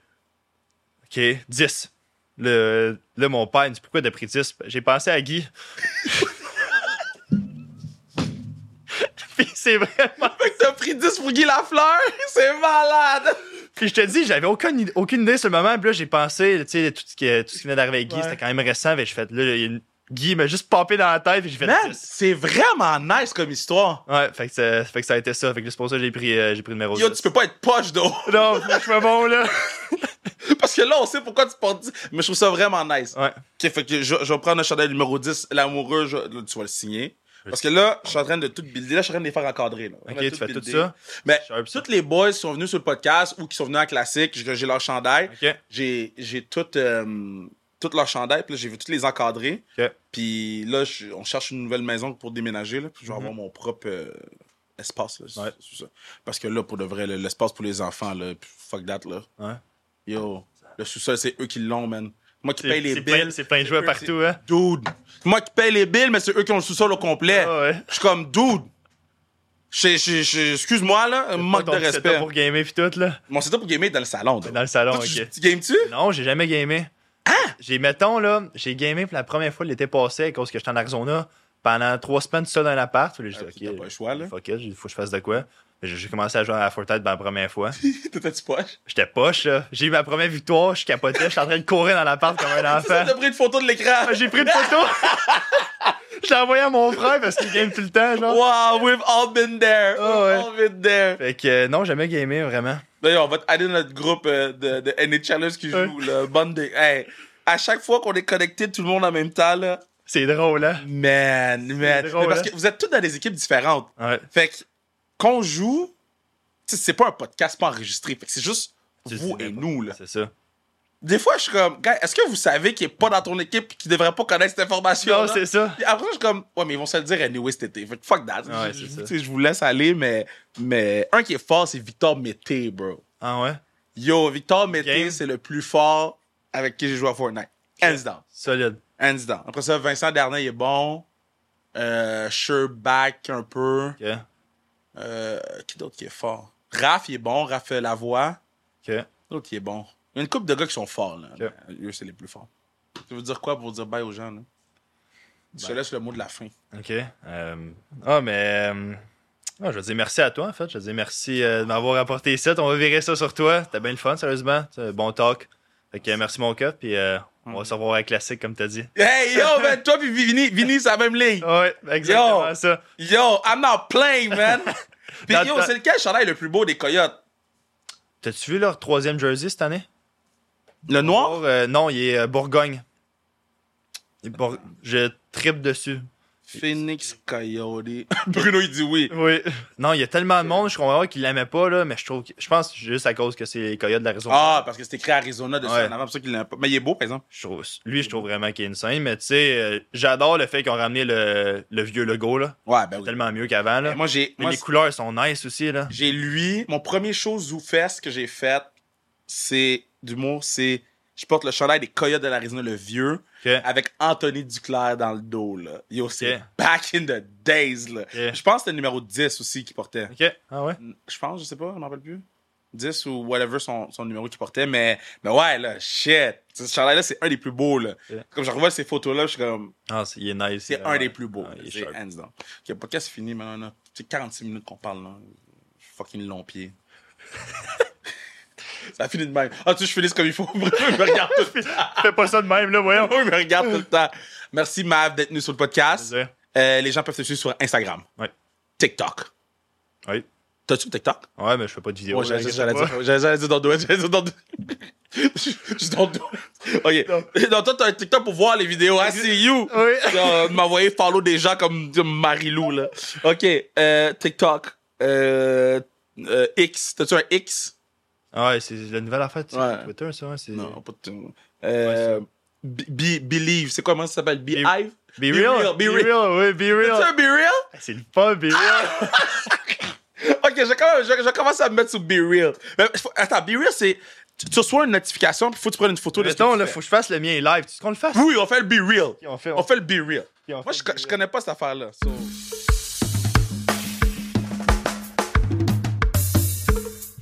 S1: OK, 10. Le, là, mon père, il me dit, pourquoi t'as pris 10? J'ai pensé à Guy. [LAUGHS] puis c'est vraiment
S2: [LAUGHS] Fait que t'as pris 10 pour Guy Lafleur? [LAUGHS] C'est malade!
S1: Puis je te dis, j'avais aucune, id- aucune idée sur le moment. Puis là, j'ai pensé, tu sais, tout ce qui, tout ce qui venait d'arriver avec Guy,
S2: Ouais.
S1: c'était quand même récent. Mais je fait, là, il- Guy m'a juste popé dans la tête. Puis j'ai fait,
S2: Man,
S1: yes.
S2: c'est vraiment nice comme histoire.
S1: ouais, fait que, ça, fait que ça a été ça. Fait que c'est pour ça que j'ai pris, euh, j'ai pris le numéro
S2: Yo,
S1: 10.
S2: tu peux pas être poche d'eau.
S1: Non, je suis pas bon, là.
S2: [LAUGHS] Parce que là, on sait pourquoi tu portes. dix. Mais je trouve ça vraiment nice.
S1: Ouais.
S2: Ok, fait que je, je vais prendre le chandail numéro 10, l'amoureux, je- là, tu vas le signer. Parce que là, je suis en train de tout builder. Là, je suis en train de les faire encadrer. Là.
S1: Ok,
S2: On a
S1: tu fais tout
S2: buildé.
S1: ça.
S2: Mais
S1: Sharp, ça.
S2: tous les boys qui sont venus sur le podcast ou qui sont venus en classique, j'ai j'ai leur chandail.
S1: Ok.
S2: J'ai j'ai tout, euh, tout leur chandail. Puis là, j'ai vu tous les encadrer.
S1: Ok.
S2: Puis là, je- on cherche une nouvelle maison pour déménager. Là, puis je vais avoir mon propre euh, espace. là. C'est-
S1: Mhm. Ouais.
S2: c'est ça. Parce que là, pour de vrai, là, l'espace pour les enfants, là, puis fuck that. Là.
S1: Ouais.
S2: Yo, le sous-sol, c'est eux qui l'ont, man. Moi qui
S1: C'est-
S2: paye les
S1: c'est plein-
S2: billes.
S1: C'est plein de joueurs
S2: eux,
S1: partout, hein.
S2: Dude. Moi qui paye les billes, mais c'est eux qui ont le sous-sol au complet.
S1: Ah ouais.
S2: Je suis comme, dude. Je- je- je- Excuse-moi, là, manque
S1: Ton
S2: de
S1: petit setup
S2: respect.
S1: pour gamer, puis tout, là.
S2: Mon setup pour gamer est dans le salon. dude.
S1: Dans le salon,
S2: Toi, tu-
S1: ok.
S2: Tu games-tu? [LAUGHS]
S1: Non, j'ai jamais gamé.
S2: Hein?
S1: J'ai, mettons, là, j'ai gamé pour la première fois l'été passé à cause que j'étais en Arizona pendant trois semaines tout seul dans l'appart. Puis là,
S2: Ah,
S1: J'ai
S2: puis
S1: dit,
S2: t'as
S1: ok,
S2: pas le choix, là.
S1: fuck it, j'ai dit, faut que je fasse de quoi. J'ai j'ai commencé à jouer à la Fortnite pour la première fois.
S2: T'étais-tu poche?
S1: J'étais poche, là. J'ai eu ma première victoire, je capotais, j'étais en train de courir dans l'appart comme
S2: [LAUGHS]
S1: un enfant.
S2: T'as pris une photo de l'écran.
S1: J'ai pris une
S2: [LAUGHS]
S1: photo. Je l'ai envoyé à mon frère parce qu'il game tout le temps, genre.
S2: Wow, we've all been there.
S1: Ah,
S2: We've all been there.
S1: Fait que euh, non, jamais gamé, vraiment.
S2: D'ailleurs, on va te aider notre groupe euh, de, de NHLers qui
S1: Ouais.
S2: joue, là. Monday. Hey, à chaque fois qu'on est connecté, tout le monde en même temps, là.
S1: C'est drôle, hein?
S2: Man, man.
S1: C'est drôle,
S2: Mais parce
S1: hein?
S2: que vous êtes tous dans des équipes différentes.
S1: Ouais.
S2: Fait que, quand on joue, tu sais, c'est pas un podcast, c'est pas enregistré. Fait que c'est juste
S1: Tu-
S2: vous
S1: tu-
S2: et nous, là.
S1: C'est ça.
S2: Des fois, je suis comme, gars, est-ce que vous savez qu'il est pas dans ton équipe et qu'il devrait pas connaître cette information?
S1: Non, c'est ça.
S2: Après, je suis comme, ouais, mais ils vont se le dire anyway cet été. Fait que fuck that.
S1: Ouais,
S2: je,
S1: c'est
S2: je-
S1: ça.
S2: tu sais, je vous laisse aller, mais, mais un qui est fort, c'est Victor Mété, bro.
S1: Ah ouais?
S2: Yo, Victor Mété,
S1: Game.
S2: c'est le plus fort avec qui j'ai joué à Fortnite. Hands down.
S1: Solide.
S2: Hands down. Après ça, Vincent Darnay il est bon. Euh, Sherback un peu.
S1: OK.
S2: Euh, qui d'autre qui est fort? Raph, il est bon. Raph Lavoie.
S1: OK.
S2: L'autre, il est bon. Il y a une couple de gars qui sont forts, là.
S1: Ok.
S2: Eux, c'est les plus forts. Tu veux dire quoi pour dire bye aux gens, là? Je te laisse le mot de la fin.
S1: OK. Euh, Ah, mais. euh, ah, je veux dire merci à toi, en fait. Je veux dire merci euh, de m'avoir apporté ça. On va virer ça sur toi. T'as bien le fun, sérieusement. T'as un Bon talk. Fait que euh, merci, mon cop. Puis euh, on va se revoir à la classique, comme t'as dit. [LAUGHS]
S2: Hey, yo, man, toi puis Vini, Vini, c'est la même ligne.
S1: Ouais, exactement
S2: Yo!
S1: ça.
S2: Yo, I'm not
S1: [LAUGHS]
S2: playing, man. Puis
S1: Dans-
S2: yo,
S1: dans-
S2: c'est lequel chandail le plus beau des Coyotes?
S1: T'as-tu vu leur troisième jersey cette année?
S2: Le noir?
S1: Or, euh, non, il est euh, Bourgogne. Il est Bour- Je tripe dessus.
S2: Phoenix Oh, Coyote. [LAUGHS] Bruno, il dit oui.
S1: Oui. Non, il y a tellement de monde, je comprends pas qu'ils l'aimaient pas, là, mais je trouve que- Je pense que c'est juste à cause que c'est les Coyotes de l'Arizona.
S2: Ah, parce que c'était écrit Arizona dessus
S1: Ouais.
S2: en avant, c'est pour ça qu'il l'a pas. Mais il est beau, par exemple.
S1: Je trouve- lui, je trouve vraiment qu'il est insane, mais tu sais, euh, j'adore le fait qu'ils ont ramené le, le vieux logo, là.
S2: Ouais, ben oui.
S1: Tellement mieux qu'avant, là.
S2: Mais Moi, j'ai.
S1: Mais
S2: moi,
S1: les couleurs sont nice aussi, là.
S2: J'ai lui. Mon premier show ZooFest que j'ai fait, c'est du mot, c'est. Je porte le chandail des Coyotes de l'Arizona, le vieux,
S1: Ok.
S2: avec Anthony Duclair dans le dos, là. Yo, c'est
S1: Ok.
S2: back in the days, là. Je pense que c'était le numéro 10 aussi qu'il portait.
S1: Ok. Ah ouais?
S2: Je pense, je sais pas, je m'en rappelle plus. 10 ou whatever son, son numéro qu'il portait, mais, mais ouais, là, shit. Ce chandail-là, c'est un des plus beaux, là.
S1: Ok.
S2: Comme je revois ces photos-là, je suis comme,
S1: Ah, c'est- il est nice.
S2: c'est
S1: là,
S2: un
S1: ouais.
S2: des plus beaux.
S1: Ah, il est
S2: c'est
S1: sharp.
S2: hands down. Ok, le podcast est fini, maintenant. on a- C'est 46 minutes qu'on parle, là. Fucking
S1: [LAUGHS]
S2: long pied. Ça finit de même. Ah, tu veux que je finisse comme il faut. [LAUGHS] Bruno, il me regarde tout le temps.
S1: Fais pas ça de même, là, voyons.
S2: Bruno, il me regarde tout le temps. Merci, Mav, d'être venu sur le podcast.
S1: Plaisir.
S2: Euh, les gens peuvent te suivre sur Instagram.
S1: Ouais.
S2: TikTok.
S1: Oui.
S2: T'as-tu le TikTok?
S1: Ouais, mais je fais pas de vidéo.
S2: Ouais,
S1: là,
S2: j'allais
S1: inquiète
S2: j'allais
S1: pas.
S2: [LAUGHS] dire, j'allais- j'allais dire dans le doigt, j'allais dire dans le doigt. [LAUGHS] Je je suis dans le doigt. Ok. Non, toi, t'as un TikTok pour voir les vidéos. I
S1: [LAUGHS]
S2: see you.
S1: Oui.
S2: Euh, m'envoyer follow des gens comme comme Marie-Lou, là. OK, euh, TikTok, euh, euh, X. T'as-tu un X?
S1: Ah ouais, c'est la nouvelle affaire, c'est
S2: Ouais.
S1: Twitter, ça, ouais, c'est...
S2: Non, pas de tout. Euh, Be- Be- Believe, c'est comment ça s'appelle? Be
S1: Be-
S2: Hive?
S1: Be, real,
S2: real,
S1: be,
S2: be
S1: real, oui, be
S2: T'as-tu
S1: real.
S2: un Be Real? Ah!
S1: C'est le fun, be real.
S2: OK, je vais quand même- je vais- je vais commencer à me mettre sur Be Real. Mais faut- Attends, Be Real, c'est... Tu, tu reçois une notification, puis faut que tu prennes une photo de ce que
S1: Mettons,
S2: tu
S1: là,
S2: fais.
S1: faut que je fasse le mien live. Tu sais qu'on le fasse?
S2: Oui, on fait le Be Real.
S1: on fait-
S2: Hein? on,
S1: on-
S2: fait le Be Real.
S1: on
S2: Moi,
S1: fait euh,
S2: je,
S1: le Be
S2: je connais pas cette affaire-là. so-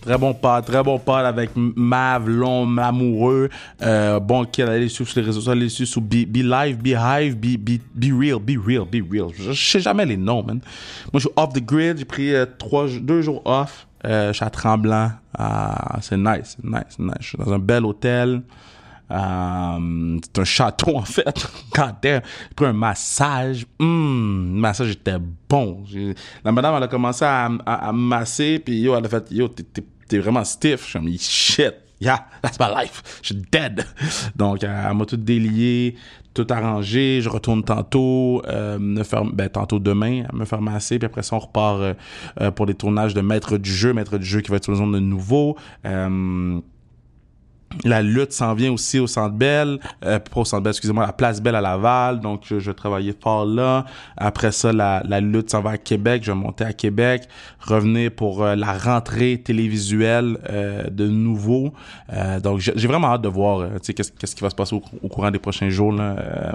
S3: Très bon pas, très bon pas avec M- Mav, l'homme amoureux. Euh, bon, qu'il allait suivre sur les réseaux sociaux, allez suivre sur Be, Be Live, Be Hive, Be, Be, Be Real, Be Real, Be Real. Je, je sais jamais les noms, man. Moi, je suis off the grid, j'ai pris euh, trois, j- deux jours off. Euh, je suis à Tremblant. Ah, c'est nice, c'est nice, c'est nice. Je suis dans un bel hôtel. Euh, c'est un château [LAUGHS] en fait. Quand j'ai pris un massage, Hum, le massage était bon. J'ai- La madame elle a commencé à, à, à me masser puis yo elle a fait yo t'es- t'es t'es vraiment stiff. Je suis comme shit, yeah that's my life. Je suis dead. Donc euh, elle m'a tout délié, tout arrangé. Je retourne tantôt, euh, me faire ben tantôt demain à me faire masser puis après ça on repart euh, euh, pour les tournages de Maître du jeu, Maître du jeu qui va être sur la zone de nouveau. Euh, la lutte s'en vient aussi au Centre Bell, euh, pas au Centre Bell, excusez-moi, à la Place Belle à Laval, donc je, je vais travailler fort là. Après ça, la, la lutte s'en va à Québec, je vais monter à Québec, revenir pour euh, la rentrée télévisuelle euh, de nouveau. Euh, donc j'ai j'ai vraiment hâte de voir, euh, tu sais, qu'est-ce qu'est-ce qui va se passer au, au courant des prochains jours. Là. Euh,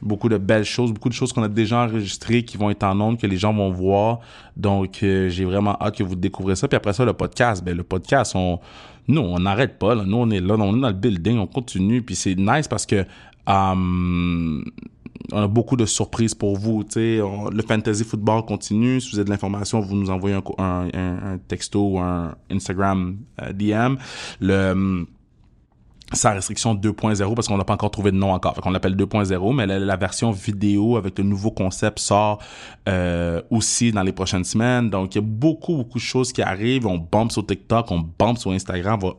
S3: beaucoup de belles choses, beaucoup de choses qu'on a déjà enregistrées, qui vont être en ondes, que les gens vont voir. Donc euh, j'ai vraiment hâte que vous découvrez ça. Puis après ça, le podcast, ben le podcast, on nous, on n'arrête pas. Là. Nous, on est là, on est dans le building, on continue. Puis c'est nice parce que euh, on a beaucoup de surprises pour vous. tu sais. On- le fantasy football continue. Si vous avez de l'information, vous nous envoyez un, co- un- un- un texto ou un Instagram euh, DM. Le euh, sa restriction 2.0 parce qu'on n'a pas encore trouvé de nom encore. Fait qu'on l'appelle 2.0, mais la, la version vidéo avec le nouveau concept sort euh, aussi dans les prochaines semaines. Donc, il y a beaucoup, beaucoup de choses qui arrivent. On bombe sur TikTok, on bombe sur Instagram, on va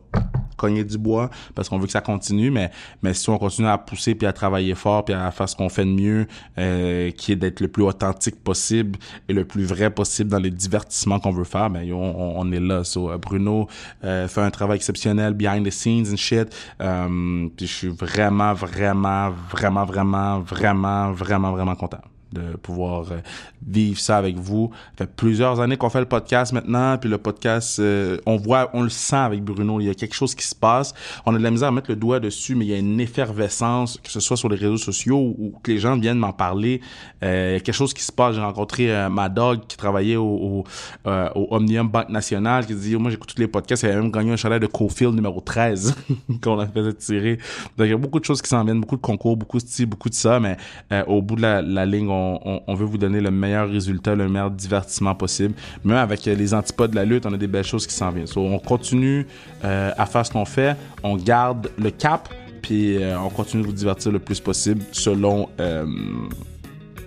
S3: cogner du bois parce qu'on veut que ça continue, mais, mais si on continue à pousser puis à travailler fort puis à faire ce qu'on fait de mieux, euh, qui est d'être le plus authentique possible et le plus vrai possible dans les divertissements qu'on veut faire, ben, yo, on, on est là. So, euh, Bruno euh, fait un travail exceptionnel behind the scenes and shit. Euh, puis je suis vraiment, vraiment, vraiment, vraiment, vraiment, vraiment, vraiment content de pouvoir euh, vivre ça avec vous. Ça fait plusieurs années qu'on fait le podcast maintenant, puis le podcast, euh, on voit, on le sent avec Bruno, il y a quelque chose qui se passe. On a de la misère à mettre le doigt dessus, mais il y a une effervescence, que ce soit sur les réseaux sociaux ou, ou que les gens viennent m'en parler. Euh, il y a quelque chose qui se passe. J'ai rencontré euh, ma dog qui travaillait au, au, euh, au Omnium Banque Nationale, qui dit, moi j'écoute tous les podcasts, elle a même gagné un chalet de Cofield numéro 13 [LAUGHS] qu'on a fait tirer. Donc, il y a beaucoup de choses qui s'en viennent, beaucoup de concours, beaucoup de ci, beaucoup de ça, mais euh, au bout de la, la ligne, on, on- on veut vous donner le meilleur résultat, le meilleur divertissement possible. Même avec euh, les antipodes de la lutte, on a des belles choses qui s'en viennent. So, on continue euh, à faire ce qu'on fait, on garde le cap, puis euh, on continue de vous divertir le plus possible selon euh,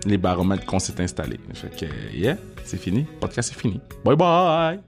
S3: les baromètres qu'on s'est installés. Fait que, yeah, c'est fini. Podcast, c'est fini. Bye bye!